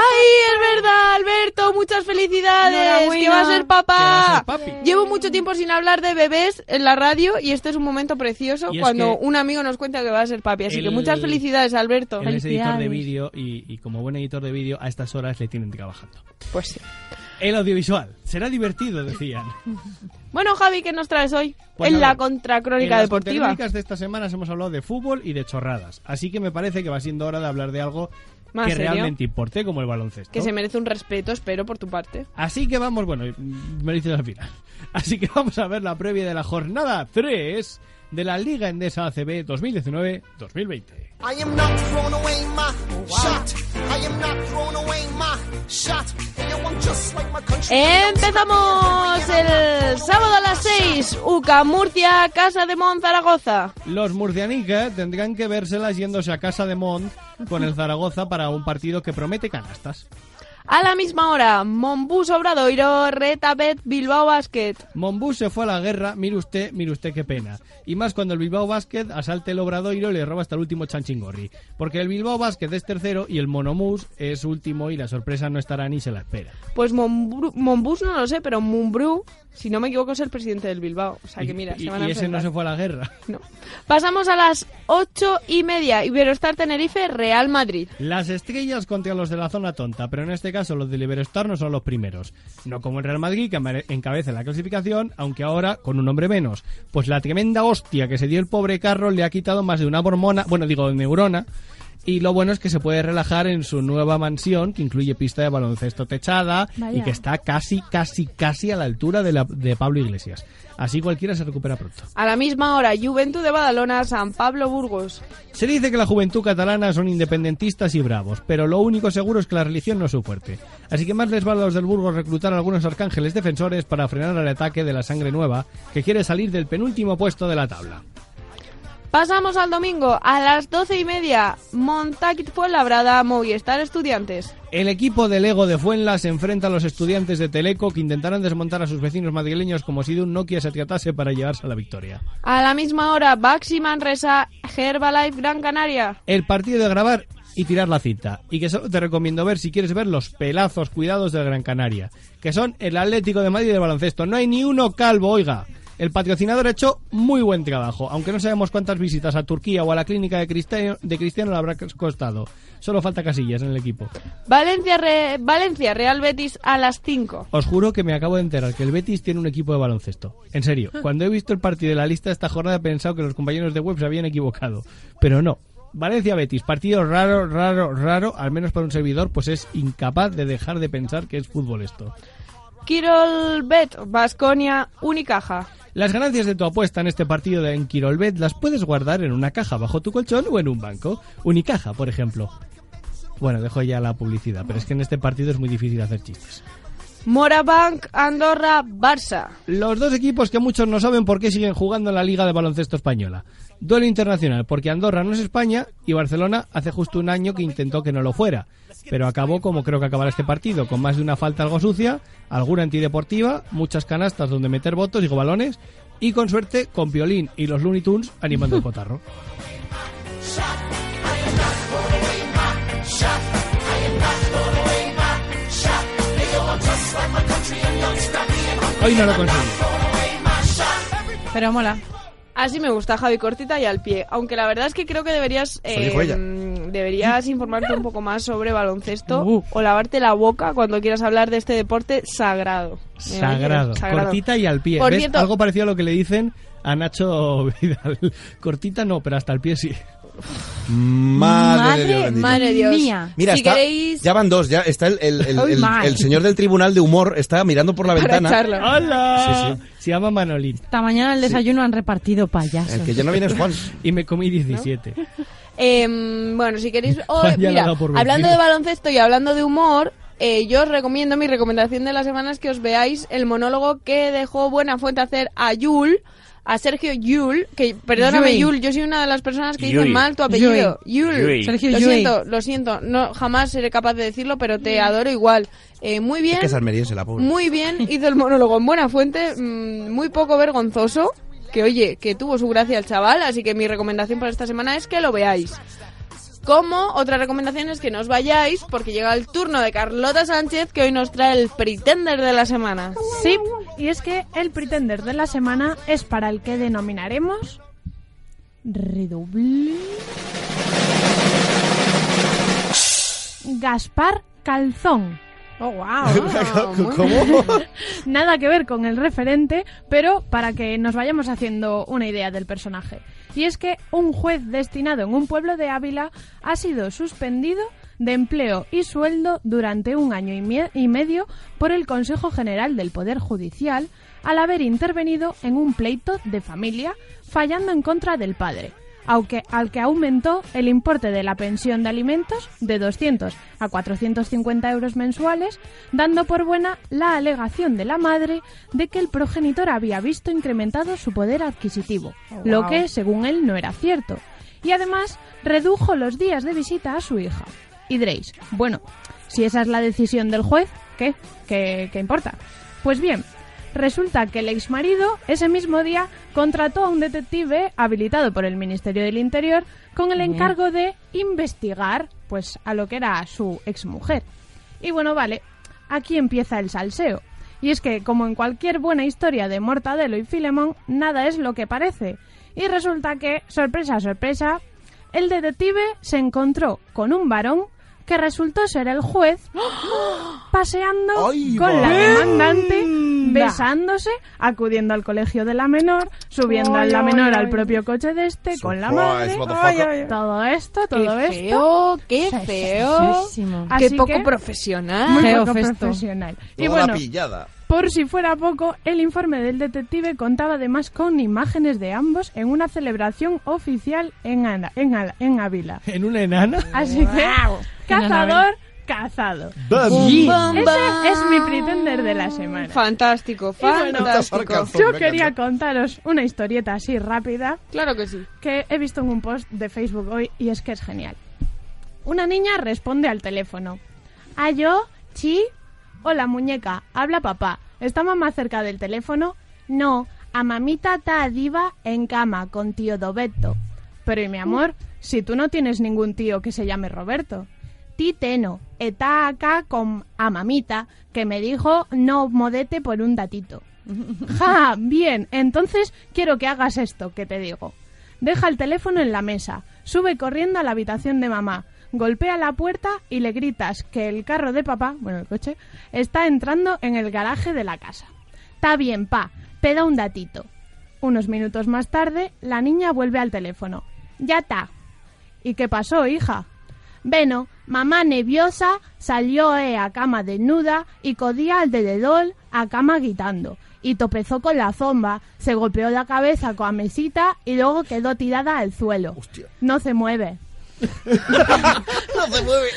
Speaker 10: es verdad, Alberto! ¡Muchas felicidades!
Speaker 14: Enhorabuena.
Speaker 10: ¡Que va a ser
Speaker 2: Que va a
Speaker 10: papá!
Speaker 2: ser papi.
Speaker 10: Llevo mucho tiempo sin hablar de bebés en la radio y este es un momento precioso
Speaker 2: Y es
Speaker 10: cuando
Speaker 2: que
Speaker 10: un amigo nos cuenta que va a ser papi. Así que
Speaker 2: él-
Speaker 10: muchas felicidades, Alberto.
Speaker 2: Él es editor de vídeo y, y como buen editor de vídeo a estas horas le tienen trabajando.
Speaker 10: Pues sí.
Speaker 2: El audiovisual. Será divertido, decían.
Speaker 10: Bueno, Javi, ¿qué nos traes hoy?
Speaker 2: Pues
Speaker 10: en
Speaker 2: nada,
Speaker 10: la contracrónica
Speaker 2: en
Speaker 10: deportiva.
Speaker 2: Las crónicas de estas semanas hemos hablado de fútbol y de chorradas. Así que me parece que va siendo hora de hablar de algo
Speaker 10: ¿Más
Speaker 2: que
Speaker 10: serio?
Speaker 2: realmente importe, como el baloncesto.
Speaker 10: Que se merece un respeto, espero, por tu parte.
Speaker 2: Así que vamos, bueno, me lo dices al final. Así que vamos a ver la previa de la jornada 3 de la Liga Endesa ACB 2019-2020.
Speaker 16: I am not throwing away my shot. I am not throwing away my shot. And yo, I'm just like my country.
Speaker 10: Em, Empezamos el sábado a las 6, UCA Murcia, Casa de Mon Zaragoza.
Speaker 2: Los murcianicas tendrán que vérselas yéndose a casa de Mont con el Zaragoza para un partido que promete canastas.
Speaker 10: A la misma hora, Monbus Obradoiro, Retabet, Bilbao Basket.
Speaker 2: Monbus se fue a la guerra, mire usted, mire usted qué pena. Y más cuando el Bilbao Basket asalta el Obradoiro y le roba hasta el último chanchingorri. Porque el Bilbao Basket es tercero y el Monomus es último y la sorpresa no estará ni se la espera.
Speaker 10: Pues Monbru- Monbus no lo sé, pero Monbru, si no me equivoco, es el presidente del Bilbao. O sea que mira,
Speaker 2: y
Speaker 10: se van a
Speaker 2: y ese no
Speaker 10: enfrentar.
Speaker 2: se fue a la guerra.
Speaker 10: Pasamos a las ocho y media, Iberostar Tenerife, Real Madrid.
Speaker 2: Las estrellas contra los de la zona tonta, pero en este caso los de Liberostar no son los primeros. No como el Real Madrid, que amare- encabeza la clasificación, aunque ahora con un hombre menos. Pues la tremenda hostia que se dio el pobre Carroll le ha quitado más de una hormona, bueno, digo, de neurona. Y lo bueno es que se puede relajar en su nueva mansión, que incluye pista de baloncesto techada y
Speaker 17: Vaya.
Speaker 2: que está casi, casi, casi a la altura de, la- de Pablo Iglesias. Así cualquiera se recupera pronto.
Speaker 10: A la misma hora, Juventud de Badalona, San Pablo Burgos.
Speaker 2: Se dice que la juventud catalana son independentistas y bravos, pero lo único seguro es que la religión no es su fuerte. Así que más les vale a los del Burgos reclutar a algunos arcángeles defensores para frenar el ataque de la sangre nueva, que quiere salir del penúltimo puesto de la tabla.
Speaker 10: Pasamos al domingo, a las doce y media, Montaquit Fuenlabrada, Movistar Estudiantes.
Speaker 2: El equipo del Ego de Fuenla se enfrenta a los estudiantes de Teleco que intentarán desmontar a sus vecinos madrileños como si de un Nokia se tratase para llevarse a la victoria.
Speaker 10: A la misma hora, Baxi Manresa, Herbalife Gran Canaria.
Speaker 2: El partido de grabar y tirar la cinta. Y que solo te recomiendo ver si quieres ver los pelazos cuidados del Gran Canaria. Que son el Atlético de Madrid y el baloncesto. No hay ni uno calvo, oiga. El patrocinador ha hecho muy buen trabajo, aunque no sabemos cuántas visitas a Turquía o a la clínica de Cristiano, de Cristiano le habrá costado. Solo falta casillas en el equipo.
Speaker 10: Valencia, Re- Valencia Real Betis a las cinco.
Speaker 2: Os juro que me acabo de enterar que el Betis tiene un equipo de baloncesto. En serio, cuando he visto el partido de la lista de esta jornada he pensado que los compañeros de web se habían equivocado. Pero no. Valencia-Betis, partido raro, raro, raro, al menos para un servidor, pues es incapaz de dejar de pensar que es fútbol esto.
Speaker 10: Kirol Bet, Basconia, Unicaja.
Speaker 2: Las ganancias de tu apuesta en este partido de en Quirolbet las puedes guardar en una caja bajo tu colchón o en un banco. Unicaja, por ejemplo. Bueno, dejo ya la publicidad, pero es que en este partido es muy difícil hacer chistes.
Speaker 10: Morabank, Andorra, Barça.
Speaker 2: Los dos equipos que muchos no saben por qué siguen jugando en la Liga de Baloncesto Española. Duelo internacional, porque Andorra no es España y Barcelona hace justo un año que intentó que no lo fuera. Pero acabó como creo que acabará este partido, con más de una falta algo sucia, alguna antideportiva, muchas canastas donde meter votos y balones, y con suerte con Piolín y los Looney Tunes animando el cotarro. Hoy no lo consigo.
Speaker 10: Pero mola. Así me gusta, Javi, cortita y al pie. Aunque la verdad es que creo que deberías... eh,
Speaker 1: dijo ella.
Speaker 10: mm, deberías informarte un poco más sobre baloncesto
Speaker 2: Uh.
Speaker 10: o lavarte la boca cuando quieras hablar de este deporte sagrado. Me parece
Speaker 2: Sagrado. Cortita y al pie.
Speaker 10: Por
Speaker 2: ¿Ves?
Speaker 10: cierto-
Speaker 2: Algo parecido a lo que le dicen a Nacho Vidal. Cortita no, pero hasta el pie sí.
Speaker 1: Madre,
Speaker 2: Madre-
Speaker 1: de Dios bendito.
Speaker 10: madre de Dios. Mía.
Speaker 1: Mira,
Speaker 10: Si
Speaker 1: está-
Speaker 10: queréis-
Speaker 1: ya van dos, ya está el, el- el-
Speaker 10: Ay,
Speaker 1: el-
Speaker 10: madre.
Speaker 1: el señor del tribunal de humor, está mirando por la ventana.
Speaker 2: ¡Hola!
Speaker 1: Sí, sí.
Speaker 2: Se llama Manolín.
Speaker 14: Esta mañana el desayuno han repartido payasos.
Speaker 1: El que ya no viene es Juan.
Speaker 2: Y me comí 17.
Speaker 10: Em, bueno, si queréis... oh,
Speaker 2: Juan ya la ha
Speaker 10: mira,
Speaker 2: dado por
Speaker 10: hablando
Speaker 2: vencido.
Speaker 10: de baloncesto y hablando de humor, eh, yo os recomiendo, mi recomendación de la semana es que os veáis el monólogo que dejó Buena Fuente hacer a Yul, a Sergio Yul, que perdóname
Speaker 14: Yui.
Speaker 10: Yul, yo soy una de las personas que
Speaker 14: Yui.
Speaker 10: dicen mal tu apellido.
Speaker 14: Yui.
Speaker 10: Yul.
Speaker 14: Yui. Sergio
Speaker 10: lo
Speaker 14: Yui.
Speaker 10: siento, lo siento, no jamás seré capaz de decirlo, pero te
Speaker 15: Mm.
Speaker 10: adoro igual. Eh, muy bien.
Speaker 1: Es que es almeriense, la pobre.
Speaker 10: Muy bien hizo el monólogo en Buena Fuente, mm, muy poco vergonzoso, que oye, que tuvo su gracia el chaval, así que mi recomendación para esta semana es que lo veáis. Como otra recomendación es que no os vayáis, porque llega el turno de Carlota Sánchez, que hoy nos trae el pretender de la semana.
Speaker 15: Sí, y es que el pretender de la semana es para el que denominaremos redoble. Gaspar Calzón. Oh, wow.
Speaker 1: ¿Cómo?
Speaker 15: Nada que ver con el referente, pero para que nos vayamos haciendo una idea del personaje. Y es que un juez destinado en un pueblo de Ávila ha sido suspendido de empleo y sueldo durante un año y, mie- y medio por el Consejo General del Poder Judicial al haber intervenido en un pleito de familia fallando en contra del padre aunque, al que aumentó el importe de la pensión de alimentos de 200 a 450 euros mensuales, dando por buena la alegación de la madre de que el progenitor había visto incrementado su poder adquisitivo,
Speaker 14: Oh,
Speaker 15: lo
Speaker 14: wow.
Speaker 15: que, según él, no era cierto. Y además redujo los días de visita a su hija. Y diréis, bueno, Si esa es la decisión del juez, ¿qué? ¿Qué, qué importa? Pues bien, resulta que el exmarido ese mismo día contrató a un detective habilitado por el Ministerio del Interior con el
Speaker 17: Bien.
Speaker 15: encargo de investigar pues a lo que era su exmujer. Y bueno, vale, aquí empieza el salseo. Y es que, como en cualquier buena historia de Mortadelo y Filemón, nada es lo que parece. Y resulta que, sorpresa, sorpresa, el detective se encontró con un varón que resultó ser el juez paseando con la
Speaker 17: va.
Speaker 15: demandante, besándose, acudiendo al colegio de la menor, subiendo a
Speaker 17: Ay,
Speaker 15: la
Speaker 17: ay,
Speaker 15: menor al
Speaker 17: ay.
Speaker 15: propio coche de este, con la
Speaker 17: Surprise,
Speaker 15: madre,
Speaker 17: motherfucker. Ay, ay, ay.
Speaker 15: todo esto, todo
Speaker 17: Qué
Speaker 15: esto.
Speaker 17: feo, qué feo. Feísimo.
Speaker 15: Así
Speaker 17: Qué poco
Speaker 15: que-
Speaker 17: profesional.
Speaker 15: Muy
Speaker 17: Feo
Speaker 15: poco
Speaker 17: festo.
Speaker 15: profesional. y
Speaker 1: Toda la
Speaker 15: bueno,
Speaker 1: pillada.
Speaker 15: por si fuera poco, el informe del detective contaba además con imágenes de ambos en una celebración oficial en, Ana- en, Ala- en Ávila.
Speaker 2: ¿En una enana?
Speaker 15: Así que, cazador, cazado.
Speaker 2: Bam. Bum, bam,
Speaker 15: Ese es mi pretender de la semana.
Speaker 16: Fantástico,
Speaker 15: Y bueno,
Speaker 16: fantástico.
Speaker 15: yo quería contaros una historieta así rápida.
Speaker 16: Claro que sí.
Speaker 15: Que he visto en un post de Facebook hoy y es que es genial. Una niña responde al teléfono. Ayo, chi. Hola muñeca, habla papá. ¿Está mamá cerca del teléfono? No, a mamita está diva en cama con tío Doberto. Pero y mi amor, si tú no tienes ningún tío que se llame Roberto. Titeno, está acá con a mamita que me dijo no modete por un datito. Ja, bien, entonces quiero que hagas esto que te digo. Deja el teléfono en la mesa, sube corriendo a la habitación de mamá, golpea la puerta y le gritas que el carro de papá, bueno, el coche, está entrando en el garaje de la casa. Está bien, pa, te da un datito. Unos minutos más tarde, la niña vuelve al teléfono. Ya está. ¿Y qué pasó, hija? Bueno, mamá nerviosa salió eh, a cama desnuda y codía al dededol a cama gritando. Y topezó con la zomba, se golpeó la cabeza con la mesita y luego quedó tirada al suelo. No se mueve.
Speaker 17: No se mueve.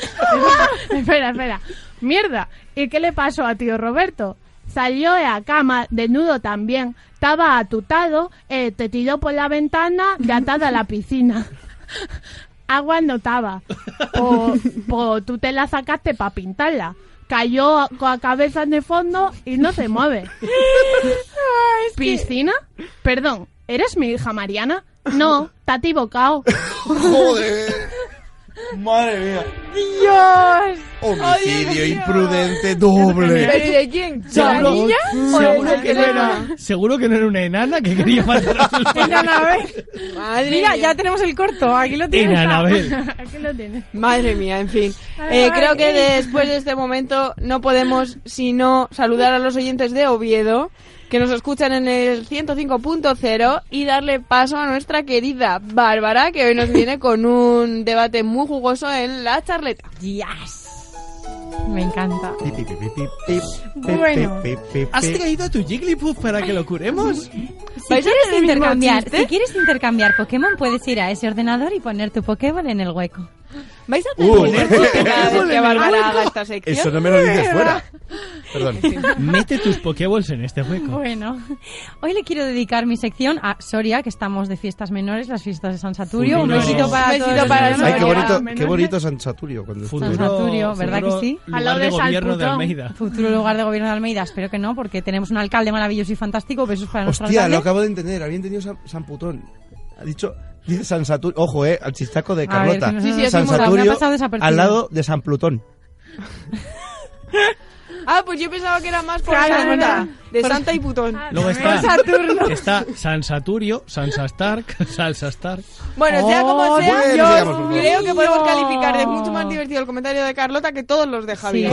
Speaker 15: espera, espera. Mierda. ¿Y qué le pasó a tío Roberto? Salió de la cama, desnudo también. Estaba atutado, eh, te tiró por la ventana, de atada a la piscina. Agua no estaba. Po, po, tú te la sacaste para pintarla. Cayó con la cabeza en el fondo y no se mueve. ¿Piscina? Perdón, ¿eres mi hija Mariana? No, está equivocado.
Speaker 1: Joder. Madre mía.
Speaker 15: ¡Dios!
Speaker 1: Homicidio imprudente doble.
Speaker 16: ¿Pero y de quién? ¿De la
Speaker 2: Seguro-
Speaker 16: niña o de
Speaker 2: Seguro
Speaker 16: la
Speaker 2: que, no era, seguro que no era una enana que quería matar a sus padres.
Speaker 16: Madre
Speaker 14: Mira,
Speaker 16: mía.
Speaker 14: ya tenemos el corto. Aquí lo tienes.
Speaker 2: Anabel.
Speaker 15: Aquí lo tienes.
Speaker 16: Madre mía, en fin.
Speaker 14: Ay,
Speaker 16: Eh, creo que
Speaker 14: ay.
Speaker 16: después de este momento no podemos sino saludar a los oyentes de Oviedo que nos escuchan en el 105.0 y darle paso a nuestra querida Bárbara que hoy nos viene con un debate muy jugoso en la charleta.
Speaker 14: Me encanta.
Speaker 1: Bueno.
Speaker 2: ¿Has traído tu Jigglypuff para que lo curemos?
Speaker 14: Si quieres, intercambiar, si quieres intercambiar Pokémon, puedes ir a ese ordenador y poner tu Pokéball en el hueco.
Speaker 16: ¿Vais a
Speaker 14: Uh.
Speaker 16: tener cada vez que Bárbara haga esta sección?
Speaker 2: Eso no me lo digas fuera.
Speaker 1: Perdón.
Speaker 2: Mete tus Pokéballs en este hueco.
Speaker 14: Bueno, hoy le quiero dedicar mi sección a Soria, que estamos de fiestas menores, las fiestas de San Saturio. Un
Speaker 1: Futuro.
Speaker 14: besito para
Speaker 16: Besito
Speaker 14: todos.
Speaker 16: para
Speaker 1: Ay, qué
Speaker 16: Soria.
Speaker 1: bonito, qué
Speaker 16: Menores.
Speaker 1: bonito San Saturio. Cuando
Speaker 14: San
Speaker 1: estuve.
Speaker 14: Saturio, ¿verdad que sí?
Speaker 1: lugar Al lado de de gobierno de Salputón. Almeida.
Speaker 14: Futuro lugar de gobierno de Almeida, espero que no, porque tenemos un alcalde maravilloso y fantástico. Besos para nuestro
Speaker 1: Hostia, lo
Speaker 14: alcalde.
Speaker 1: acabo de entender. Había entendido San, San Putón. Ha dicho dice San Saturio. Ojo, eh, al chistaco de
Speaker 14: A ver,
Speaker 1: Carlota.
Speaker 14: que no se Sí, sí, nos-
Speaker 1: San
Speaker 14: hemos- me ha
Speaker 1: Saturio
Speaker 14: pasado desapercibido.
Speaker 1: al lado de San Plutón.
Speaker 16: Ah, pues yo pensaba que era más por
Speaker 14: Claro,
Speaker 16: Santa,
Speaker 14: bueno. Ah,
Speaker 16: de Santa y Putón.
Speaker 2: Luego está,
Speaker 16: Por Saturno.
Speaker 2: está San Saturio, Sansa Stark, Salsa Stark.
Speaker 16: Bueno, sea como sea,
Speaker 2: Oh, bueno,
Speaker 16: yo
Speaker 2: digamos, por favor.
Speaker 16: creo que podemos calificar de mucho más divertido el comentario de Carlota que todos los de Javier.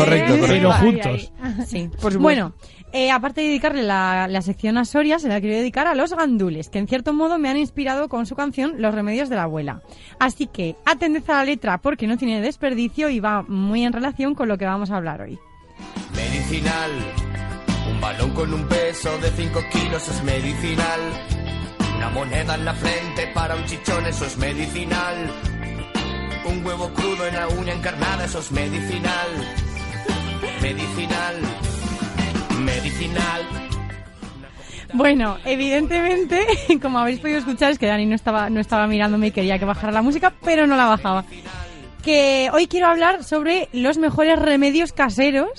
Speaker 2: Pero juntos.
Speaker 14: Sí.
Speaker 16: Por supuesto.
Speaker 14: Bueno, eh, aparte de dedicarle la, la sección a Soria, se la quiero dedicar a los gandules, que en cierto modo me han inspirado con su canción Los remedios de la abuela. Así que atended a la letra porque no tiene desperdicio y va muy en relación con lo que vamos a hablar hoy.
Speaker 18: Medicinal. Un balón con un peso de 5 kilos es medicinal. Una moneda en la frente para un chichón, eso es medicinal. Un huevo crudo en la uña encarnada, eso es medicinal. Medicinal. Medicinal.
Speaker 14: Bueno, evidentemente, como habéis podido escuchar, es que Dani no estaba, no estaba mirándome y quería que bajara la música, pero no la bajaba. que hoy quiero hablar sobre los mejores remedios caseros.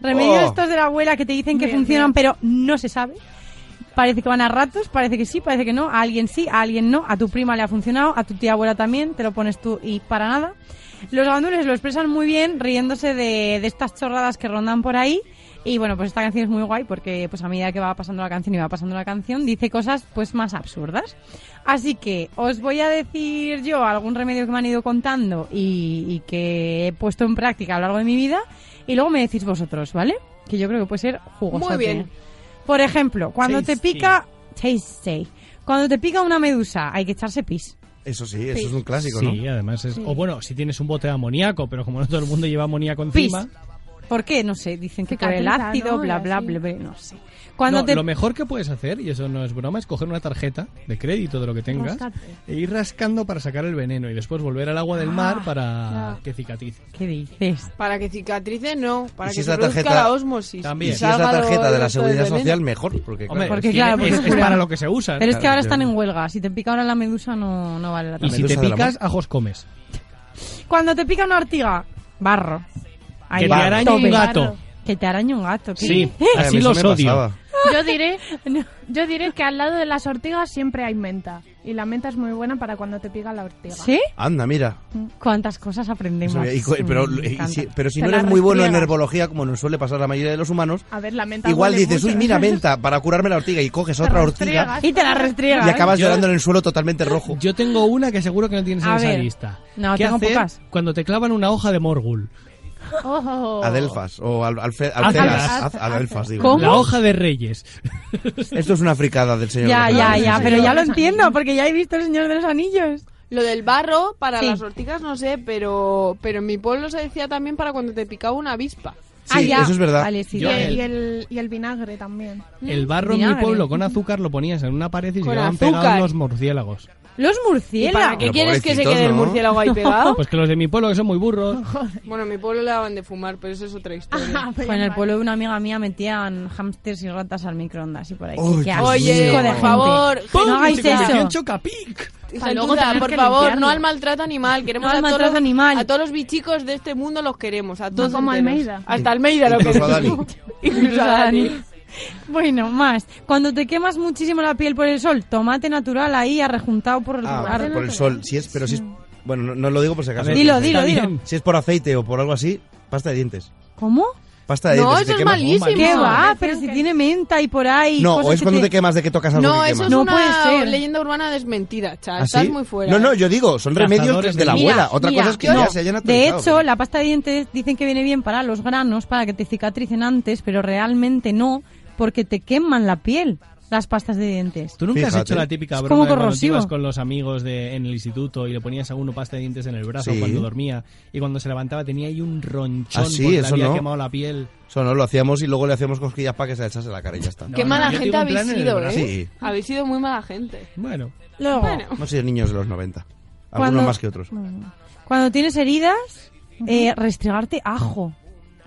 Speaker 14: Remedios
Speaker 10: Oh.
Speaker 14: estos de la abuela que te dicen que
Speaker 10: Bien,
Speaker 14: funcionan,
Speaker 10: bien.
Speaker 14: pero no se sabe. Parece que van a ratos, parece que sí, parece que no. A alguien sí, a alguien no. A tu prima le ha funcionado, a tu tía abuela también, te lo pones tú y para nada. Los gandules lo expresan muy bien riéndose de, de estas chorradas que rondan por ahí. Y bueno, pues esta canción es muy guay porque pues a medida que va pasando la canción y va pasando la canción, dice cosas pues más absurdas. Así que os voy a decir yo algún remedio que me han ido contando y, y que he puesto en práctica a lo largo de mi vida. Y luego me decís vosotros, ¿vale? Que yo creo que puede ser jugoso.
Speaker 10: Muy bien.
Speaker 14: Por ejemplo, cuando te
Speaker 10: Tasty.
Speaker 14: pica... Tasty. Cuando te pica una medusa, hay que echarse pis.
Speaker 1: Eso sí, eso es un clásico,
Speaker 2: sí,
Speaker 1: ¿no?
Speaker 2: además es...
Speaker 14: Sí.
Speaker 2: O bueno, si tienes un bote de amoníaco, pero como no todo el mundo lleva amoníaco
Speaker 14: Pis.
Speaker 2: encima...
Speaker 14: ¿Por qué? No sé, dicen que por el
Speaker 15: Cicatriza,
Speaker 14: ácido,
Speaker 15: ¿no?
Speaker 14: bla,
Speaker 15: Y
Speaker 14: bla,
Speaker 15: así.
Speaker 14: bla, bla, no sé. Cuando
Speaker 2: No,
Speaker 14: te...
Speaker 2: Lo mejor que puedes hacer, y eso no es broma, es coger una tarjeta de crédito de lo que tengas
Speaker 14: Rascate.
Speaker 2: e ir rascando para sacar el veneno y después volver al agua del mar para que cicatrice.
Speaker 14: Ah, ¿Qué dices?
Speaker 16: Para que cicatrice, no. Para
Speaker 2: ¿Y si
Speaker 16: que
Speaker 2: es
Speaker 16: se
Speaker 2: la
Speaker 16: produzca
Speaker 2: tarjeta-
Speaker 16: la osmosis.
Speaker 2: También.
Speaker 16: Y
Speaker 2: ¿Y si es la
Speaker 16: salga lo-
Speaker 1: tarjeta de la
Speaker 16: lo
Speaker 1: seguridad
Speaker 16: veneno.
Speaker 1: social mejor, porque,
Speaker 2: Hombre,
Speaker 1: claro,
Speaker 2: es que
Speaker 14: claro,
Speaker 2: es,
Speaker 14: porque
Speaker 2: es
Speaker 14: jura.
Speaker 2: para lo que se usa.
Speaker 14: Pero es que ahora
Speaker 2: Claro.
Speaker 14: están en huelga. Si te pica ahora la medusa, no, no vale la
Speaker 2: Y
Speaker 14: pena.
Speaker 2: si te picas, ajos comes.
Speaker 14: Cuando te pica una ortiga, barro. Ahí
Speaker 2: Que te
Speaker 14: va,
Speaker 2: arañe un gato.
Speaker 14: Que te arañe un gato. ¿qué
Speaker 2: Sí,
Speaker 14: dices?
Speaker 2: Ay, a así mí eso los me odio. pasaba.
Speaker 15: Yo diré, yo diré que al lado de las ortigas siempre hay menta. Y la menta es muy buena para cuando te pica la ortiga. Mm.
Speaker 14: ¿Sí?
Speaker 1: Anda, mira.
Speaker 14: ¿Cuántas cosas aprendemos?
Speaker 1: Eso, y cu- pero
Speaker 14: Mm, me
Speaker 1: y
Speaker 14: encanta.
Speaker 1: si, pero si
Speaker 14: Te
Speaker 1: no
Speaker 14: la
Speaker 1: eres muy bueno en
Speaker 14: restriegas.
Speaker 1: herbología, como nos suele pasar a la mayoría de los humanos,
Speaker 15: A ver, la menta
Speaker 1: igual
Speaker 15: huele
Speaker 1: dices,
Speaker 15: mucho.
Speaker 1: uy, mira, venta, para curarme la ortiga, y coges otra ortiga
Speaker 14: Y te la restriegas.
Speaker 1: y acabas
Speaker 2: Yo-
Speaker 1: llorando en el suelo totalmente rojo.
Speaker 2: Yo tengo una que seguro que no tienes en
Speaker 14: A
Speaker 2: esa
Speaker 14: ver.
Speaker 2: lista.
Speaker 14: No,
Speaker 2: ¿Qué
Speaker 14: tengo
Speaker 2: hacer
Speaker 14: pocas.
Speaker 2: cuando te clavan una hoja de morgul?
Speaker 15: Ojo.
Speaker 1: Adelfas, o al, alfe-
Speaker 2: Alceras.
Speaker 1: alceras,
Speaker 2: Alceras.
Speaker 1: ad- adelfas, digo.
Speaker 2: La hoja de reyes.
Speaker 1: Esto es una fricada del señor.
Speaker 14: Ya,
Speaker 1: de los
Speaker 14: ya,
Speaker 1: Anillos.
Speaker 14: ya,
Speaker 1: Sí,
Speaker 14: pero
Speaker 1: sí.
Speaker 14: ya lo entiendo, porque ya he visto el Señor de los Anillos.
Speaker 16: Lo del barro para
Speaker 14: Sí.
Speaker 16: las ortigas no sé, pero pero en mi pueblo se decía también para cuando te picaba una avispa.
Speaker 1: Sí, Ah, ya. eso es verdad. Vale, sí.
Speaker 15: Y,
Speaker 2: Yo
Speaker 15: el,
Speaker 2: el-
Speaker 15: y el- y el vinagre también.
Speaker 10: Mm,
Speaker 2: El barro en mi
Speaker 15: Vinagre.
Speaker 2: pueblo con azúcar lo ponías en una pared y se
Speaker 15: Con
Speaker 2: llevaban
Speaker 15: azúcar.
Speaker 2: pegados los murciélagos.
Speaker 14: Los
Speaker 16: ¿Y
Speaker 14: murciélagos.
Speaker 16: para qué quieres que se quede el
Speaker 2: ¿no?
Speaker 16: murciélago ahí pegado?
Speaker 2: Pues que los de mi pueblo que son muy burros.
Speaker 16: bueno, en mi pueblo le daban de fumar, pero eso es otra
Speaker 15: Ah,
Speaker 16: historia.
Speaker 15: pues
Speaker 14: Fue en el pueblo de una amiga mía metían hamsters y ratas al microondas y por ahí.
Speaker 16: Oye,
Speaker 14: Qué
Speaker 16: Oye,
Speaker 14: asco de
Speaker 16: por
Speaker 14: gente.
Speaker 16: favor,
Speaker 14: no hagáis
Speaker 16: gente.
Speaker 14: eso.
Speaker 16: Hija,
Speaker 14: Para luego
Speaker 16: Luda,
Speaker 14: tener
Speaker 16: por
Speaker 14: que
Speaker 16: favor,
Speaker 14: limpiarlo.
Speaker 16: no al maltrato animal. Queremos
Speaker 14: No al
Speaker 16: a, todos
Speaker 14: maltrato
Speaker 16: los,
Speaker 14: animal.
Speaker 16: a todos los bichicos de este mundo los queremos. A todos
Speaker 15: como
Speaker 16: enteros.
Speaker 15: Almeida.
Speaker 10: Ah,
Speaker 16: Hasta Almeida lo
Speaker 1: Incluso a
Speaker 16: queremos.
Speaker 1: Dani.
Speaker 16: Incluso a Dani.
Speaker 14: Bueno, más. Cuando te quemas muchísimo la piel por el sol, tomate natural ahí arrejuntado por el
Speaker 1: Ah,
Speaker 14: ar-
Speaker 1: por el sol. Si es, pero si es, bueno, no, no lo digo por si acaso.
Speaker 14: ver, Dilo, dilo, está dilo. bien.
Speaker 1: Si es por aceite o por algo así, pasta de dientes.
Speaker 14: ¿Cómo?
Speaker 1: Pasta de dientes. si te quemas-
Speaker 14: ¿Qué va? Pero si tiene menta y por ahí.
Speaker 1: No,
Speaker 14: cosas
Speaker 1: o es
Speaker 14: que
Speaker 1: cuando te... quemas de que tocas algo
Speaker 16: No,
Speaker 1: que
Speaker 16: eso
Speaker 1: quema.
Speaker 16: es una
Speaker 14: puede ser.
Speaker 16: leyenda urbana desmentida, cha.
Speaker 1: ¿Ah,
Speaker 16: Estás
Speaker 1: sí?
Speaker 16: muy fuera. eh.
Speaker 1: No, no, yo digo, son
Speaker 2: Cazadores
Speaker 1: remedios que es de
Speaker 2: de
Speaker 1: la
Speaker 2: mira,
Speaker 1: abuela. Otra
Speaker 16: mira,
Speaker 1: cosa es que
Speaker 16: yo-
Speaker 1: ya se hayan
Speaker 14: De
Speaker 1: actualizado.
Speaker 14: hecho, la pasta de dientes dicen que viene bien para los granos, para que te cicatricen antes, pero realmente no, porque te queman la piel las pastas de dientes.
Speaker 2: ¿Tú nunca has hecho la típica
Speaker 14: Es
Speaker 2: broma
Speaker 14: como
Speaker 2: de cuando te
Speaker 14: corrosivo.
Speaker 2: ibas con los amigos de, en el instituto y le ponías a uno pasta de dientes en el brazo
Speaker 1: Sí.
Speaker 2: cuando dormía y cuando se levantaba tenía ahí un ronchón
Speaker 1: Ah, sí,
Speaker 2: porque le
Speaker 1: eso
Speaker 2: había
Speaker 1: no.
Speaker 2: quemado la piel?
Speaker 1: Eso no, lo hacíamos y luego le hacíamos cosquillas para que se la echase en la cara y ya está.
Speaker 16: Qué mala
Speaker 2: yo
Speaker 16: gente
Speaker 2: digo en
Speaker 16: habéis
Speaker 2: plan en el
Speaker 16: sido, ¿eh?
Speaker 1: brazo. Sí.
Speaker 16: Habéis sido muy mala gente.
Speaker 2: Bueno.
Speaker 14: Luego,
Speaker 1: Hemos sido niños de los 90. Algunos
Speaker 14: Cuando-
Speaker 1: más que otros.
Speaker 14: cuando tienes heridas, eh, restregarte ajo.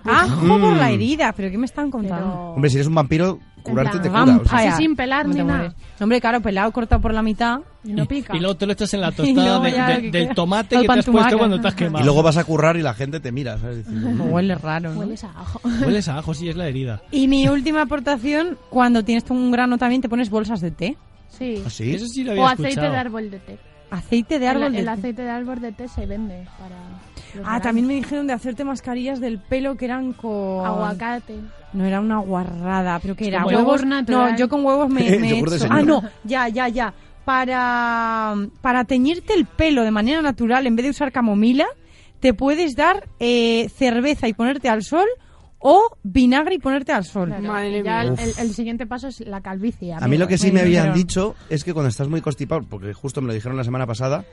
Speaker 14: Ajo por la
Speaker 1: Mm.
Speaker 14: herida, pero ¿qué me están contando?
Speaker 1: Hombre, si eres un vampiro, curarte te cura. o sea.
Speaker 14: Vampire.
Speaker 15: Así sin pelar
Speaker 14: No te
Speaker 15: ni nada.
Speaker 14: mueres. No, Hombre, claro, pelado, cortado por la mitad.
Speaker 15: Y no pica.
Speaker 2: Y luego te lo echas en la
Speaker 14: Y
Speaker 2: tostada
Speaker 14: luego
Speaker 2: de-
Speaker 14: ya
Speaker 2: de-
Speaker 14: lo que
Speaker 2: del
Speaker 14: queda.
Speaker 2: tomate
Speaker 14: Al
Speaker 2: que te has
Speaker 14: pantumaca.
Speaker 2: puesto cuando estás quemado.
Speaker 1: Y luego vas a currar y la gente te mira, ¿sabes? Diciendo, "Mm".
Speaker 14: Huele raro, ¿no?
Speaker 15: Hueles a ajo.
Speaker 2: Hueles a ajo, sí, es la herida.
Speaker 14: Y mi última aportación, cuando tienes tú un grano también te pones bolsas de té.
Speaker 15: Sí.
Speaker 1: ¿Ah, sí? Eso sí
Speaker 2: lo
Speaker 15: o
Speaker 2: había
Speaker 15: aceite
Speaker 2: escuchado.
Speaker 15: de árbol de té.
Speaker 14: Aceite de árbol
Speaker 15: el,
Speaker 14: de
Speaker 15: el
Speaker 14: té.
Speaker 15: aceite de árbol de té se vende para. los
Speaker 14: Ah,
Speaker 15: veranos.
Speaker 14: también me dijeron de hacerte mascarillas del pelo que eran con...
Speaker 15: Aguacate.
Speaker 14: No, era una guarrada, pero que
Speaker 15: Es
Speaker 14: era
Speaker 15: como yogur
Speaker 14: huevos...
Speaker 15: natural.
Speaker 14: No, yo con huevos me, me he
Speaker 15: Yogur de
Speaker 14: hecho...
Speaker 15: señora.
Speaker 14: Ah, no, ya, ya, ya. Para, para teñirte el pelo de manera natural, en vez de usar camomila, te puedes dar eh, cerveza y ponerte al sol o vinagre y ponerte al sol.
Speaker 15: Claro, y ya el,
Speaker 1: mía.
Speaker 15: el- el siguiente paso es la calvicie.
Speaker 1: A mí lo que sí me habían
Speaker 15: habían dicho
Speaker 1: dicho es que cuando estás muy constipado, porque justo me lo dijeron la semana pasada,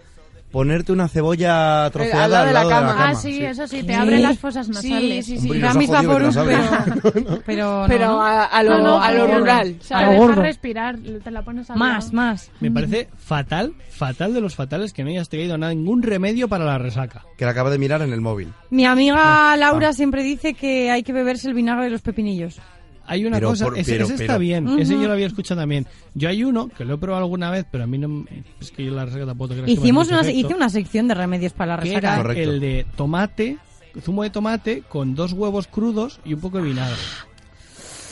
Speaker 1: ponerte una cebolla troceada al lado, Eh, de la cama.
Speaker 15: Ah, sí, eso sí, te
Speaker 14: ¿Qué?
Speaker 15: abren las fosas
Speaker 16: Sí,
Speaker 15: nasales.
Speaker 16: sí,
Speaker 1: Hombre,
Speaker 14: La
Speaker 1: nos ha
Speaker 14: misma
Speaker 1: jodido que
Speaker 14: porus,
Speaker 1: nos abren.
Speaker 14: Pero, no,
Speaker 16: Pero
Speaker 14: no.
Speaker 16: a- a lo- a lo
Speaker 15: funciona.
Speaker 16: rural,
Speaker 15: Te deja
Speaker 2: ¿sabes? gordo.
Speaker 15: respirar, te la pones al
Speaker 14: Más,
Speaker 15: lado.
Speaker 14: más.
Speaker 2: Me parece fatal, fatal de los fatales que no hayas traído nada, ningún remedio para la resaca.
Speaker 1: Que la acaba de mirar en el móvil.
Speaker 14: Mi amiga Laura siempre dice que hay que beberse el vinagre de los pepinillos.
Speaker 2: hay una
Speaker 1: Pero
Speaker 2: cosa,
Speaker 1: por-
Speaker 2: ese,
Speaker 1: pero-
Speaker 2: ese está
Speaker 1: pero-
Speaker 2: bien, ese yo
Speaker 14: Ujú.
Speaker 2: lo había escuchado también. Yo hay uno que lo he probado alguna vez, pero a mí no es que yo la resaca tampoco creo que me hace
Speaker 14: Hicimos
Speaker 2: mucho
Speaker 14: una,
Speaker 2: efecto,
Speaker 14: hice una sección de remedios para la
Speaker 2: que
Speaker 14: resaca.
Speaker 2: era el de tomate, zumo de tomate con dos huevos crudos y un poco de vinagre.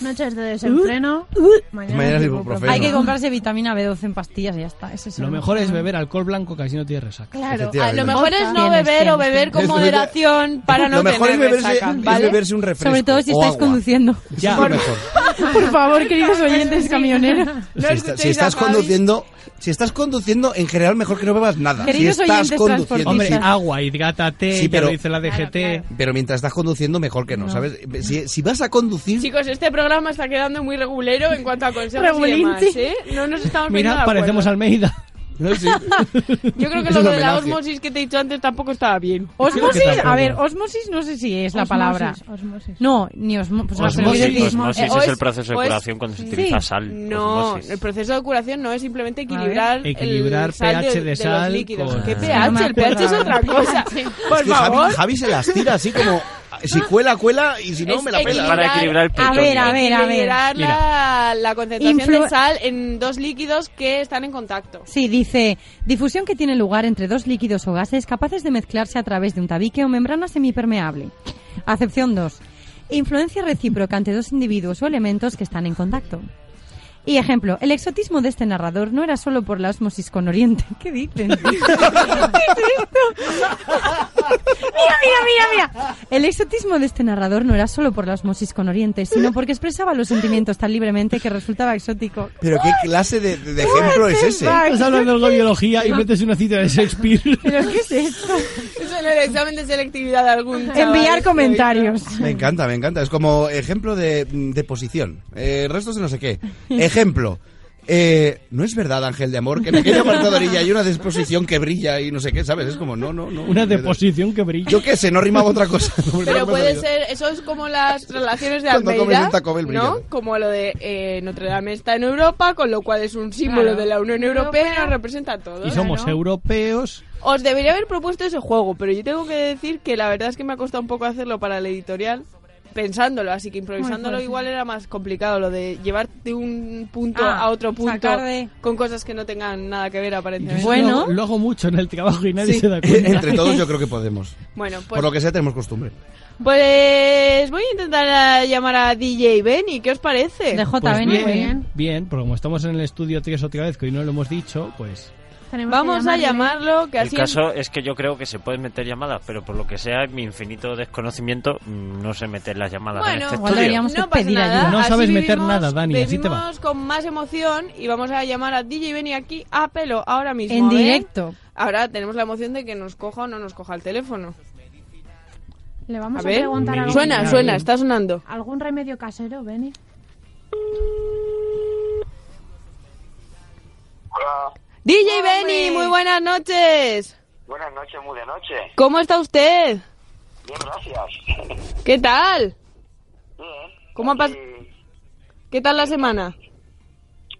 Speaker 15: Noches de
Speaker 14: Uh,
Speaker 15: desenfreno. mañana
Speaker 2: Mañana es
Speaker 15: es
Speaker 2: ibuprofeno.
Speaker 14: Hay que comprarse vitamina B12 en pastillas y ya está. Eso sí
Speaker 2: Lo
Speaker 14: me
Speaker 2: mejor es
Speaker 14: gusta.
Speaker 2: beber alcohol blanco casi no tiene resaca.
Speaker 10: Claro, a
Speaker 14: Ah,
Speaker 2: Efectivamente.
Speaker 10: lo mejor es no
Speaker 14: Tienes,
Speaker 10: beber o
Speaker 14: tienes,
Speaker 10: beber con
Speaker 2: tienes.
Speaker 10: moderación para no
Speaker 1: Lo mejor
Speaker 10: tener
Speaker 1: es beberse-
Speaker 10: resaca,
Speaker 1: es
Speaker 10: ¿vale?
Speaker 1: beberse un refresco
Speaker 14: Sobre todo si
Speaker 1: o
Speaker 14: estáis
Speaker 1: agua.
Speaker 14: conduciendo.
Speaker 1: Ya. Es lo mejor.
Speaker 14: Por favor, queridos oyentes camioneros.
Speaker 1: si, está- si estás conduciendo, si estás conduciendo, en general mejor que no bebas nada.
Speaker 14: Queridos
Speaker 1: si estás
Speaker 14: oyentes
Speaker 1: conduciendo,
Speaker 2: Hombre,
Speaker 1: Sí.
Speaker 2: agua, hidrátate,
Speaker 1: Sí,
Speaker 2: ya
Speaker 1: pero-
Speaker 2: lo dice la DGT.
Speaker 1: pero mientras estás conduciendo mejor que no, ¿sabes? Si, si vas a conducir,
Speaker 10: Chicos, este programa está quedando muy regulero en cuanto a consejos y
Speaker 15: Regulín,
Speaker 10: demás,
Speaker 15: sí.
Speaker 10: ¿eh? No nos estamos poniendo de
Speaker 2: Mira,
Speaker 10: acuerdo.
Speaker 2: parecemos Almeida.
Speaker 10: Yo creo que
Speaker 2: Es
Speaker 10: lo
Speaker 2: un
Speaker 10: de la
Speaker 2: homenaje.
Speaker 10: osmosis que te he dicho antes tampoco estaba bien.
Speaker 14: Osmosis, a ver, osmosis no sé si es la
Speaker 10: Osmosis,
Speaker 14: palabra. No, ni osmo, pues,
Speaker 4: Osmosis,
Speaker 14: pero quiero decir-
Speaker 4: osmosis
Speaker 10: Eh, o
Speaker 4: es el proceso de
Speaker 10: o es-
Speaker 4: curación cuando se utiliza sal,
Speaker 10: No,
Speaker 4: osmosis.
Speaker 10: el proceso de curación no es simplemente equilibrar, el
Speaker 4: Equilibrar
Speaker 10: sal
Speaker 4: pH de
Speaker 10: los
Speaker 4: sal
Speaker 10: líquidos.
Speaker 4: con-
Speaker 10: ¿Qué
Speaker 4: Ah.
Speaker 10: pH?
Speaker 4: No me
Speaker 10: el pH es
Speaker 4: acordaba.
Speaker 10: otra cosa. Por
Speaker 1: es que Javi,
Speaker 10: favor.
Speaker 1: Javi se las tira así como si cuela, cuela y si no
Speaker 10: Es
Speaker 1: me la pela.
Speaker 10: equilibrar-
Speaker 14: A ver, a ver, a ver.
Speaker 10: Equilibrar la, la concentración
Speaker 14: Influ-
Speaker 10: de sal en dos líquidos que están en contacto.
Speaker 14: Sí, dice, difusión que tiene lugar entre dos líquidos o gases capaces de mezclarse a través de un tabique o membrana semipermeable. Acepción 2. Influencia recíproca entre dos individuos o elementos que están en contacto. Y ejemplo, el exotismo de este narrador no era solo por la osmosis con Oriente. ¿Qué dicen? ¿Qué es esto? mira, mira, mira, mira. El exotismo de este narrador no era solo por la osmosis con Oriente, sino porque expresaba los sentimientos tan libremente que resultaba exótico.
Speaker 1: Pero qué clase de, de- de ejemplo es ese.
Speaker 2: Estás hablando de algo de biología y metes una cita de Shakespeare.
Speaker 14: ¿Pero qué es esto?
Speaker 10: Es en el examen de selectividad de algún chaval.
Speaker 14: Enviar comentarios.
Speaker 1: Me encanta, me encanta. Es como ejemplo de, de posición. Eh, restos de no sé qué. Ejemplo. Eh, no es verdad, Ángel de Amor, que en aquella apartado orilla hay una disposición que brilla y no sé qué, ¿sabes? Es como, no, no, no.
Speaker 2: Una deposición que brilla.
Speaker 1: Yo qué sé, no rimaba otra cosa.
Speaker 10: Pero puede ser, eso es como las relaciones de
Speaker 1: Cuando comes
Speaker 10: Almeida,
Speaker 1: un Taco Bell
Speaker 10: ¿no?
Speaker 1: brilla.
Speaker 10: Como lo de eh, Notre Dame está en Europa, con lo cual es un símbolo
Speaker 2: Claro.
Speaker 10: de la Unión Europea y nos representa todo.
Speaker 2: Y somos europeos.
Speaker 10: Os debería haber propuesto ese juego, pero yo tengo que decir que la verdad es que me ha costado un poco hacerlo para el editorial pensándolo, así que improvisándolo
Speaker 16: fuerte.
Speaker 10: igual era más complicado lo de llevar de un punto
Speaker 16: Ah,
Speaker 10: a otro punto
Speaker 16: sacar de-
Speaker 10: con cosas que no tengan nada que ver aparentemente.
Speaker 2: Lo, lo hago mucho en el trabajo y nadie
Speaker 10: Sí.
Speaker 2: se da cuenta.
Speaker 1: Entre todos yo creo que podemos.
Speaker 10: Bueno, pues-
Speaker 1: Por lo que sea, tenemos costumbre.
Speaker 10: Pues voy a intentar a llamar a DJ Benny, ¿qué os parece?
Speaker 14: De J
Speaker 2: Pues bien, bien, porque como estamos en el estudio 3 otra vez, que hoy no lo hemos dicho, pues...
Speaker 10: Vamos a llamarlo, que
Speaker 4: El
Speaker 10: así
Speaker 4: caso es que yo creo que se pueden meter llamadas, pero por lo que sea, mi infinito desconocimiento, mm, no sé meter las llamadas en
Speaker 10: Bueno,
Speaker 4: este
Speaker 14: igual
Speaker 4: estudio.
Speaker 14: deberíamos
Speaker 10: no pasa nada.
Speaker 2: No
Speaker 10: así
Speaker 2: sabes meter
Speaker 10: vivimos-
Speaker 2: nada, Dani, así te va.
Speaker 10: Vivimos con más emoción y vamos a llamar a DJ Benny aquí a pelo ahora mismo.
Speaker 14: En
Speaker 10: ¿eh?
Speaker 14: directo.
Speaker 10: Ahora tenemos la emoción de que nos coja o no nos coja el teléfono.
Speaker 15: Le
Speaker 10: A
Speaker 15: vamos a,
Speaker 10: ver,
Speaker 15: preguntar algo.
Speaker 10: suena, suena, está sonando.
Speaker 15: ¿Algún remedio casero, Benny?
Speaker 10: DJ Benny, muy buenas noches.
Speaker 19: Buenas noches, muy de noche.
Speaker 10: ¿Cómo está usted?
Speaker 19: Bien, gracias.
Speaker 10: ¿Qué tal? ¿Cómo ha pas- ¿Qué tal la semana?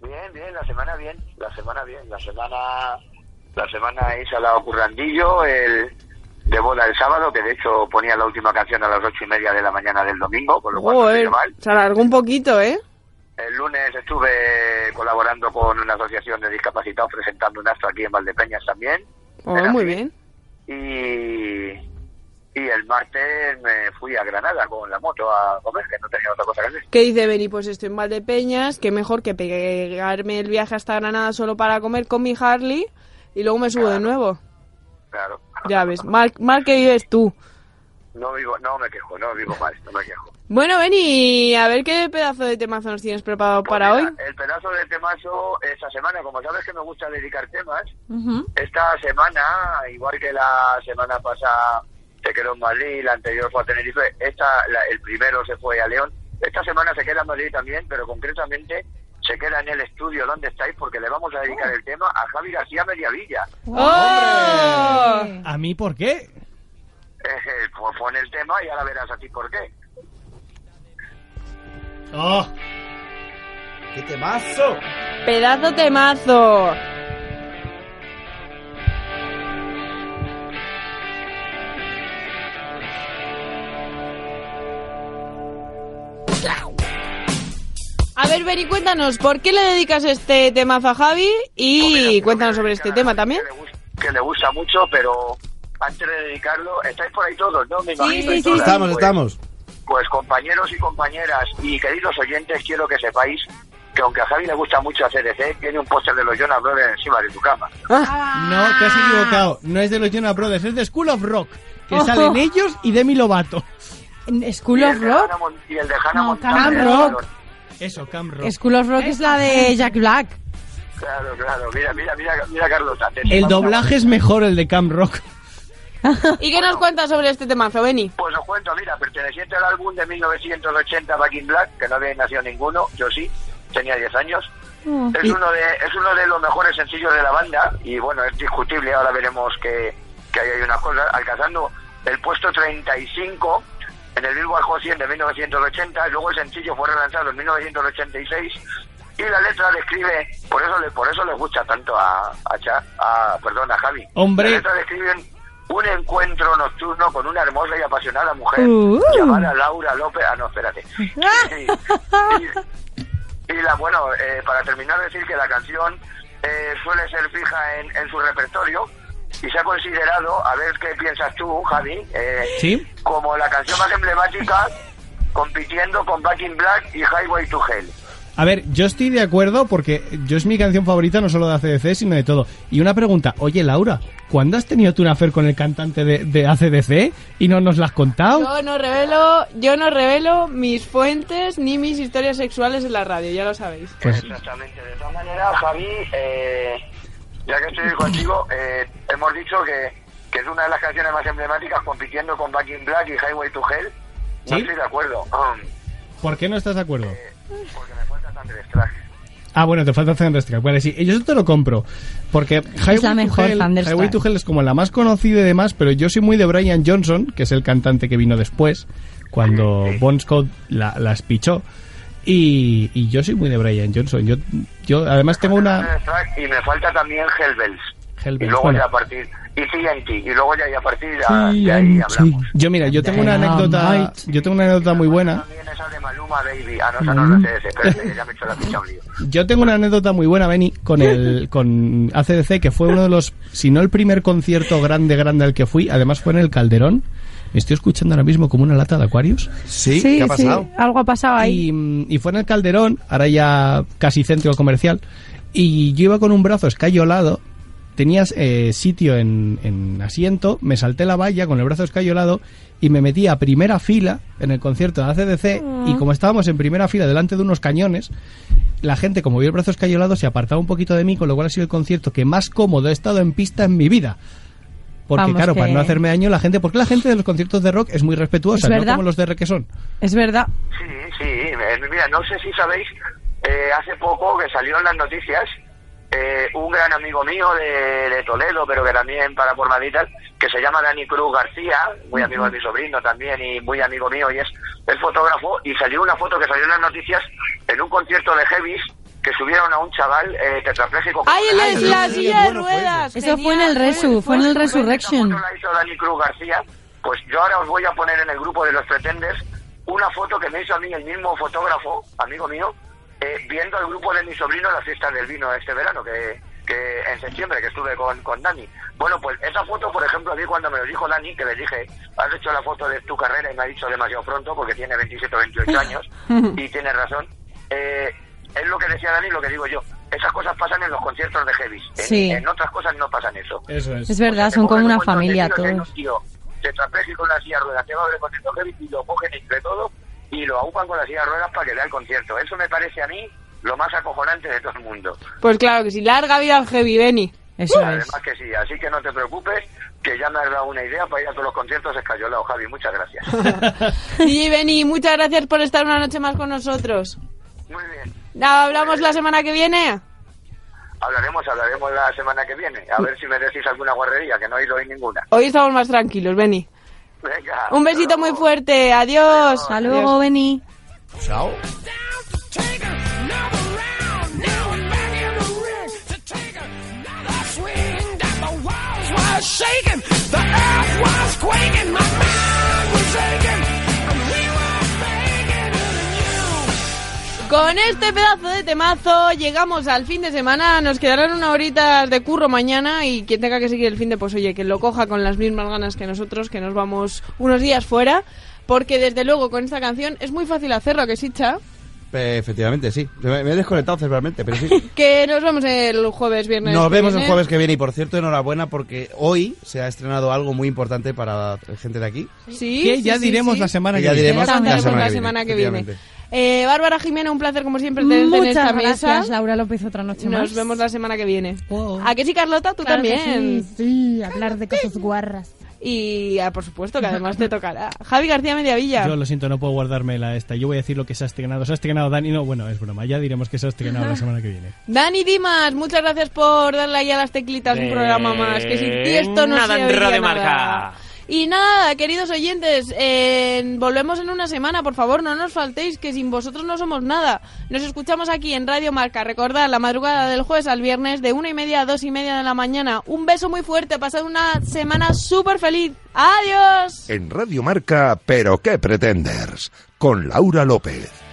Speaker 19: Bien, bien, la semana bien, la semana bien, la semana la semana es al lado currandillo, el de boda el sábado, que de hecho ponía la última canción a las ocho y media de la mañana del domingo, con lo cual no se
Speaker 10: Joder,
Speaker 19: hizo Pues mal.
Speaker 10: se alargó un poquito, ¿eh?
Speaker 19: El lunes estuve colaborando con una asociación de discapacitados presentando un acto aquí en Valdepeñas también.
Speaker 10: Oh, muy bien.
Speaker 19: y, y el martes me fui a Granada con la moto a comer, que no tenía otra cosa que hacer.
Speaker 10: ¿Qué dice Beni? Pues estoy en Valdepeñas, que mejor que pegarme el viaje hasta Granada solo para comer con mi Harley y luego me subo de nuevo.
Speaker 19: Claro.
Speaker 10: Ya ves, mal, mal que vives tú.
Speaker 19: No vivo, no me quejo, no vivo mal, no me quejo.
Speaker 10: Bueno, Beni, a ver qué pedazo de temazo nos tienes preparado para hoy.
Speaker 19: Ah, El pedazo de temazo esta semana, como sabes que me gusta dedicar temas, esta semana, igual que la semana pasada se quedó en Madrid, la anterior fue a Tenerife, esta, la- el primero se fue a León, esta semana se queda en Madrid también, pero concretamente se queda en el estudio donde estáis porque le vamos a dedicar el tema a Javi García Mediavilla.
Speaker 14: ¡Oh!
Speaker 2: ¿A mí por qué?
Speaker 19: Eh, pues pon el tema y ahora verás a ti por qué.
Speaker 1: ¡Qué temazo!
Speaker 10: Pedazo temazo. ver, Beri, cuéntanos, ¿por qué le dedicas este tema a Javi? Y cuéntanos sobre este tema también.
Speaker 19: que le gusta mucho, pero antes de dedicarlo, estáis por ahí todos, ¿no? Me imagino, y todas.
Speaker 1: Estamos,
Speaker 19: Pues-
Speaker 1: estamos.
Speaker 19: Pues compañeros y compañeras y queridos oyentes, quiero que sepáis que aunque a Javi le gusta mucho hacer CDC, tiene un póster de los Jonas Brothers encima de tu cama.
Speaker 2: No, te has equivocado. No es de los Jonas Brothers, es de School of Rock. Que
Speaker 19: Ojo.
Speaker 2: salen ellos y Demi Lovato.
Speaker 14: Oh. ¿School of Rock?
Speaker 19: Y el de Hannah
Speaker 14: No,
Speaker 19: Montana.
Speaker 14: Camp
Speaker 19: era
Speaker 14: Rock.
Speaker 19: valor.
Speaker 2: Eso, Cam Rock.
Speaker 14: School of Rock es la de Jack Black.
Speaker 19: Claro, claro. Mira, mira, mira, mira Carlota. te-
Speaker 2: El doblaje es mejor el de Cam Rock.
Speaker 10: ¿Y qué nos cuentas sobre este temazo, Beni?
Speaker 19: Pues os cuento, mira, perteneciente al álbum de 1980 Back in Black, que no había nacido ninguno, yo sí, tenía 10 años. Es uno, de, es uno de los mejores sencillos de la banda y bueno, es discutible, ahora veremos que, que ahí hay unas cosas, alcanzando el puesto 35 en el Billboard Hot 100 de 1980, luego el sencillo fue relanzado en 1986 y la letra describe, por eso le, por eso les gusta tanto a, a, Cha- a- perdón, a Javi.
Speaker 2: Hombre.
Speaker 19: La letra describe un encuentro nocturno con una hermosa y apasionada mujer
Speaker 2: Uh.
Speaker 19: llamada Laura López, ah no, espérate. Sí. Y la, bueno, eh, para terminar decir que la canción eh, suele ser fija en, en su repertorio y se ha considerado, a ver qué piensas tú, Javi, eh,
Speaker 2: ¿Sí?
Speaker 19: como la canción más emblemática compitiendo con Back in Black y Highway to Hell.
Speaker 2: A ver, yo estoy de acuerdo porque yo es mi canción favorita no solo de ACDC, sino de todo. Y una pregunta, oye Laura, ¿cuándo has tenido tú una affair con el cantante de, de ACDC y no nos la has contado?
Speaker 10: Yo no revelo, yo no revelo mis fuentes ni mis historias sexuales en la radio, ya lo sabéis.
Speaker 2: Pues-
Speaker 19: Exactamente, de todas maneras, Javi, eh, ya que estoy contigo, eh, hemos dicho que, que es una de las canciones más emblemáticas compitiendo con Back in Black y Highway to Hell. No
Speaker 2: ¿Sí?
Speaker 19: estoy de acuerdo. Um,
Speaker 2: ¿Por qué no estás de acuerdo?
Speaker 19: porque me falta Thunderstruck. traje.
Speaker 2: Ah, bueno, te falta Thunderstruck. Vale, sí, eh, yo eso te lo compro. Porque Highway,
Speaker 14: la mejor
Speaker 2: to Hell,
Speaker 14: Thunderstruck.
Speaker 2: Highway to Hell es como la más conocida y demás, pero yo soy muy de Brian Johnson, que es el cantante que vino después, cuando Bon Scott la, las pichó. Y, y yo soy muy de Brian Johnson. Yo, yo además tengo una...
Speaker 19: Thunderstruck y me falta también Hellbells.
Speaker 2: Hellbells,
Speaker 19: y luego
Speaker 2: bueno.
Speaker 19: ya a partir y TNT y luego ya, ya a partir ya- de ahí hablamos.
Speaker 2: Yo mira, yo tengo una anécdota, yo tengo una anécdota muy buena.
Speaker 19: También esa de Maluma Baby. Ah, no, esa no, no sé, ese, espérate, ya me he hecho la ficha un lío.
Speaker 2: Yo tengo una anécdota muy buena, Benny, con el con ACDC, que fue uno de los, si no el primer concierto grande, grande al que fui, además fue en el Calderón. Me estoy escuchando ahora mismo como una lata de Aquarius.
Speaker 1: Sí,
Speaker 14: algo ha pasado ahí.
Speaker 2: Y, mm, y fue en el Calderón, ahora ya casi centro comercial, y yo iba con un brazo escayolado, tenías eh, sitio en, en asiento, me salté la valla con el brazo escayolado y me metí a primera fila en el concierto de ACDC y
Speaker 14: Ah.
Speaker 2: como estábamos en primera fila delante de unos cañones, la gente como vio el brazo escayolado se apartaba un poquito de mí, con lo cual ha sido el concierto que más cómodo he estado en pista en mi vida. Porque
Speaker 14: Vamos,
Speaker 2: claro, para
Speaker 14: que-
Speaker 2: no hacerme daño la gente, porque la gente de los conciertos de rock es muy respetuosa,
Speaker 14: Es
Speaker 2: no
Speaker 14: verdad.
Speaker 2: como los de requesón.
Speaker 14: Es verdad.
Speaker 19: Sí, sí. eh, Mira, no sé si sabéis, eh, hace poco que salió en las noticias eh, un gran amigo mío de, de Toledo, pero que también para por Madrid y tal, que se llama Dani Cruz García, muy amigo de mi sobrino también y muy amigo mío, y es, es fotógrafo, y salió una foto que salió en las noticias en un concierto de Heavis que subieron a un chaval eh, tetrapléjico. con
Speaker 10: ¡Ay,
Speaker 19: una
Speaker 10: él es
Speaker 19: silla.
Speaker 10: la silla de ruedas!
Speaker 14: Eso fue en el Resu, fue en el Resurrection.
Speaker 19: la hizo Dani Cruz García, pues yo ahora os voy a poner en el grupo de los pretenders una foto que me hizo a mí el mismo fotógrafo, amigo mío, eh, viendo al grupo de mi sobrino en las fiestas del vino este verano, que, que en septiembre, que estuve con, con Dani. Bueno, pues esa foto, por ejemplo, a mí cuando me lo dijo Dani, que le dije, has hecho la foto de tu carrera y me ha dicho demasiado pronto, porque tiene 27 o 28 años, y tiene razón. Eh, es lo que decía Dani, lo que digo yo. Esas cosas pasan en los conciertos de Heavis. En-
Speaker 14: Sí.
Speaker 19: en otras cosas no pasan eso.
Speaker 2: Eso
Speaker 14: Es verdad, son como una familia todos.
Speaker 19: Tío, se trapeze con la silla de ruedas, te va a ver con el toque y lo cogen entre todos y lo agupan con la silla de ruedas para que dé el concierto. Eso me parece a mí lo más acojonante de todo el mundo.
Speaker 10: Pues claro que sí, larga vida al heavy, Beni.
Speaker 19: Además que sí, así que no te preocupes, que ya me has dado una idea para ir a todos los conciertos escayolados, Javi. Muchas gracias.
Speaker 10: Y Beni, muchas gracias por estar una noche más con nosotros.
Speaker 19: Muy bien.
Speaker 10: Hablamos la semana que viene.
Speaker 19: Hablaremos, hablaremos la semana que viene. A ver si me decís alguna guarrería, que no he ido hoy ninguna.
Speaker 10: Hoy estamos más tranquilos, Beni.
Speaker 19: Venga.
Speaker 10: Un besito muy fuerte, adiós.
Speaker 14: Hasta luego, Beni.
Speaker 19: Chao.
Speaker 20: was shaking, the earth was quaking, my mind was aching, and we were faking.
Speaker 10: Con Con este pedazo de temazo llegamos al fin de semana. Nos quedarán unas horitas de curro mañana y quien tenga que seguir el fin de, pues oye, que lo coja con las mismas ganas que nosotros, que nos vamos unos días fuera. Porque desde luego con esta canción es muy fácil hacerlo, que sí, cha.
Speaker 1: Eh, efectivamente, sí. Me, me he desconectado cerebralmente, pero sí.
Speaker 10: Que nos vemos el jueves, viernes.
Speaker 1: Nos
Speaker 10: que
Speaker 1: vemos
Speaker 10: viene.
Speaker 1: el jueves que viene y por cierto, enhorabuena porque hoy se ha estrenado algo muy importante para la gente de aquí.
Speaker 10: Sí,
Speaker 2: Que
Speaker 10: sí,
Speaker 2: ya
Speaker 10: sí,
Speaker 2: diremos
Speaker 10: sí.
Speaker 2: la semana
Speaker 1: Que
Speaker 2: que
Speaker 1: ya
Speaker 2: viene.
Speaker 1: diremos la
Speaker 10: Exactamente, la
Speaker 1: semana, que viene.
Speaker 10: semana que viene.
Speaker 1: efectivamente.
Speaker 10: Eh, Bárbara Jimena, un placer como siempre tenerte en esta
Speaker 14: Muchas
Speaker 10: mesa.
Speaker 14: gracias, Laura López, otra noche más. Oh.
Speaker 10: Nos vemos la semana que viene. ¿A que sí, Carlota? Tú
Speaker 14: Claro que
Speaker 10: también.
Speaker 14: sí, sí, hablar de cosas guarras.
Speaker 10: Y ah, por supuesto que además te tocará. Javi García Mediavilla.
Speaker 2: Yo lo siento, no puedo guardarme la esta. Yo voy a decir lo que se ha estrenado. Se ha estrenado Dani. No, bueno, es broma. Ya diremos que se ha estrenado la semana que viene.
Speaker 10: Dani Dimas, muchas gracias por darle ahí a las teclitas un
Speaker 2: De
Speaker 10: programa más. Que sin ti esto no
Speaker 4: Eh, nada
Speaker 10: se
Speaker 4: en
Speaker 10: oiría
Speaker 4: Radio
Speaker 10: nada.
Speaker 4: Marca.
Speaker 10: Y nada, queridos oyentes, eh, volvemos en una semana, por favor, no nos faltéis, que sin vosotros no somos nada. Nos escuchamos aquí en Radio Marca, recordad, la madrugada del jueves al viernes de una y media a dos y media de la mañana. Un beso muy fuerte, pasad una semana súper feliz. ¡Adiós!
Speaker 9: En Radio Marca, pero qué pretenders, con Laura López.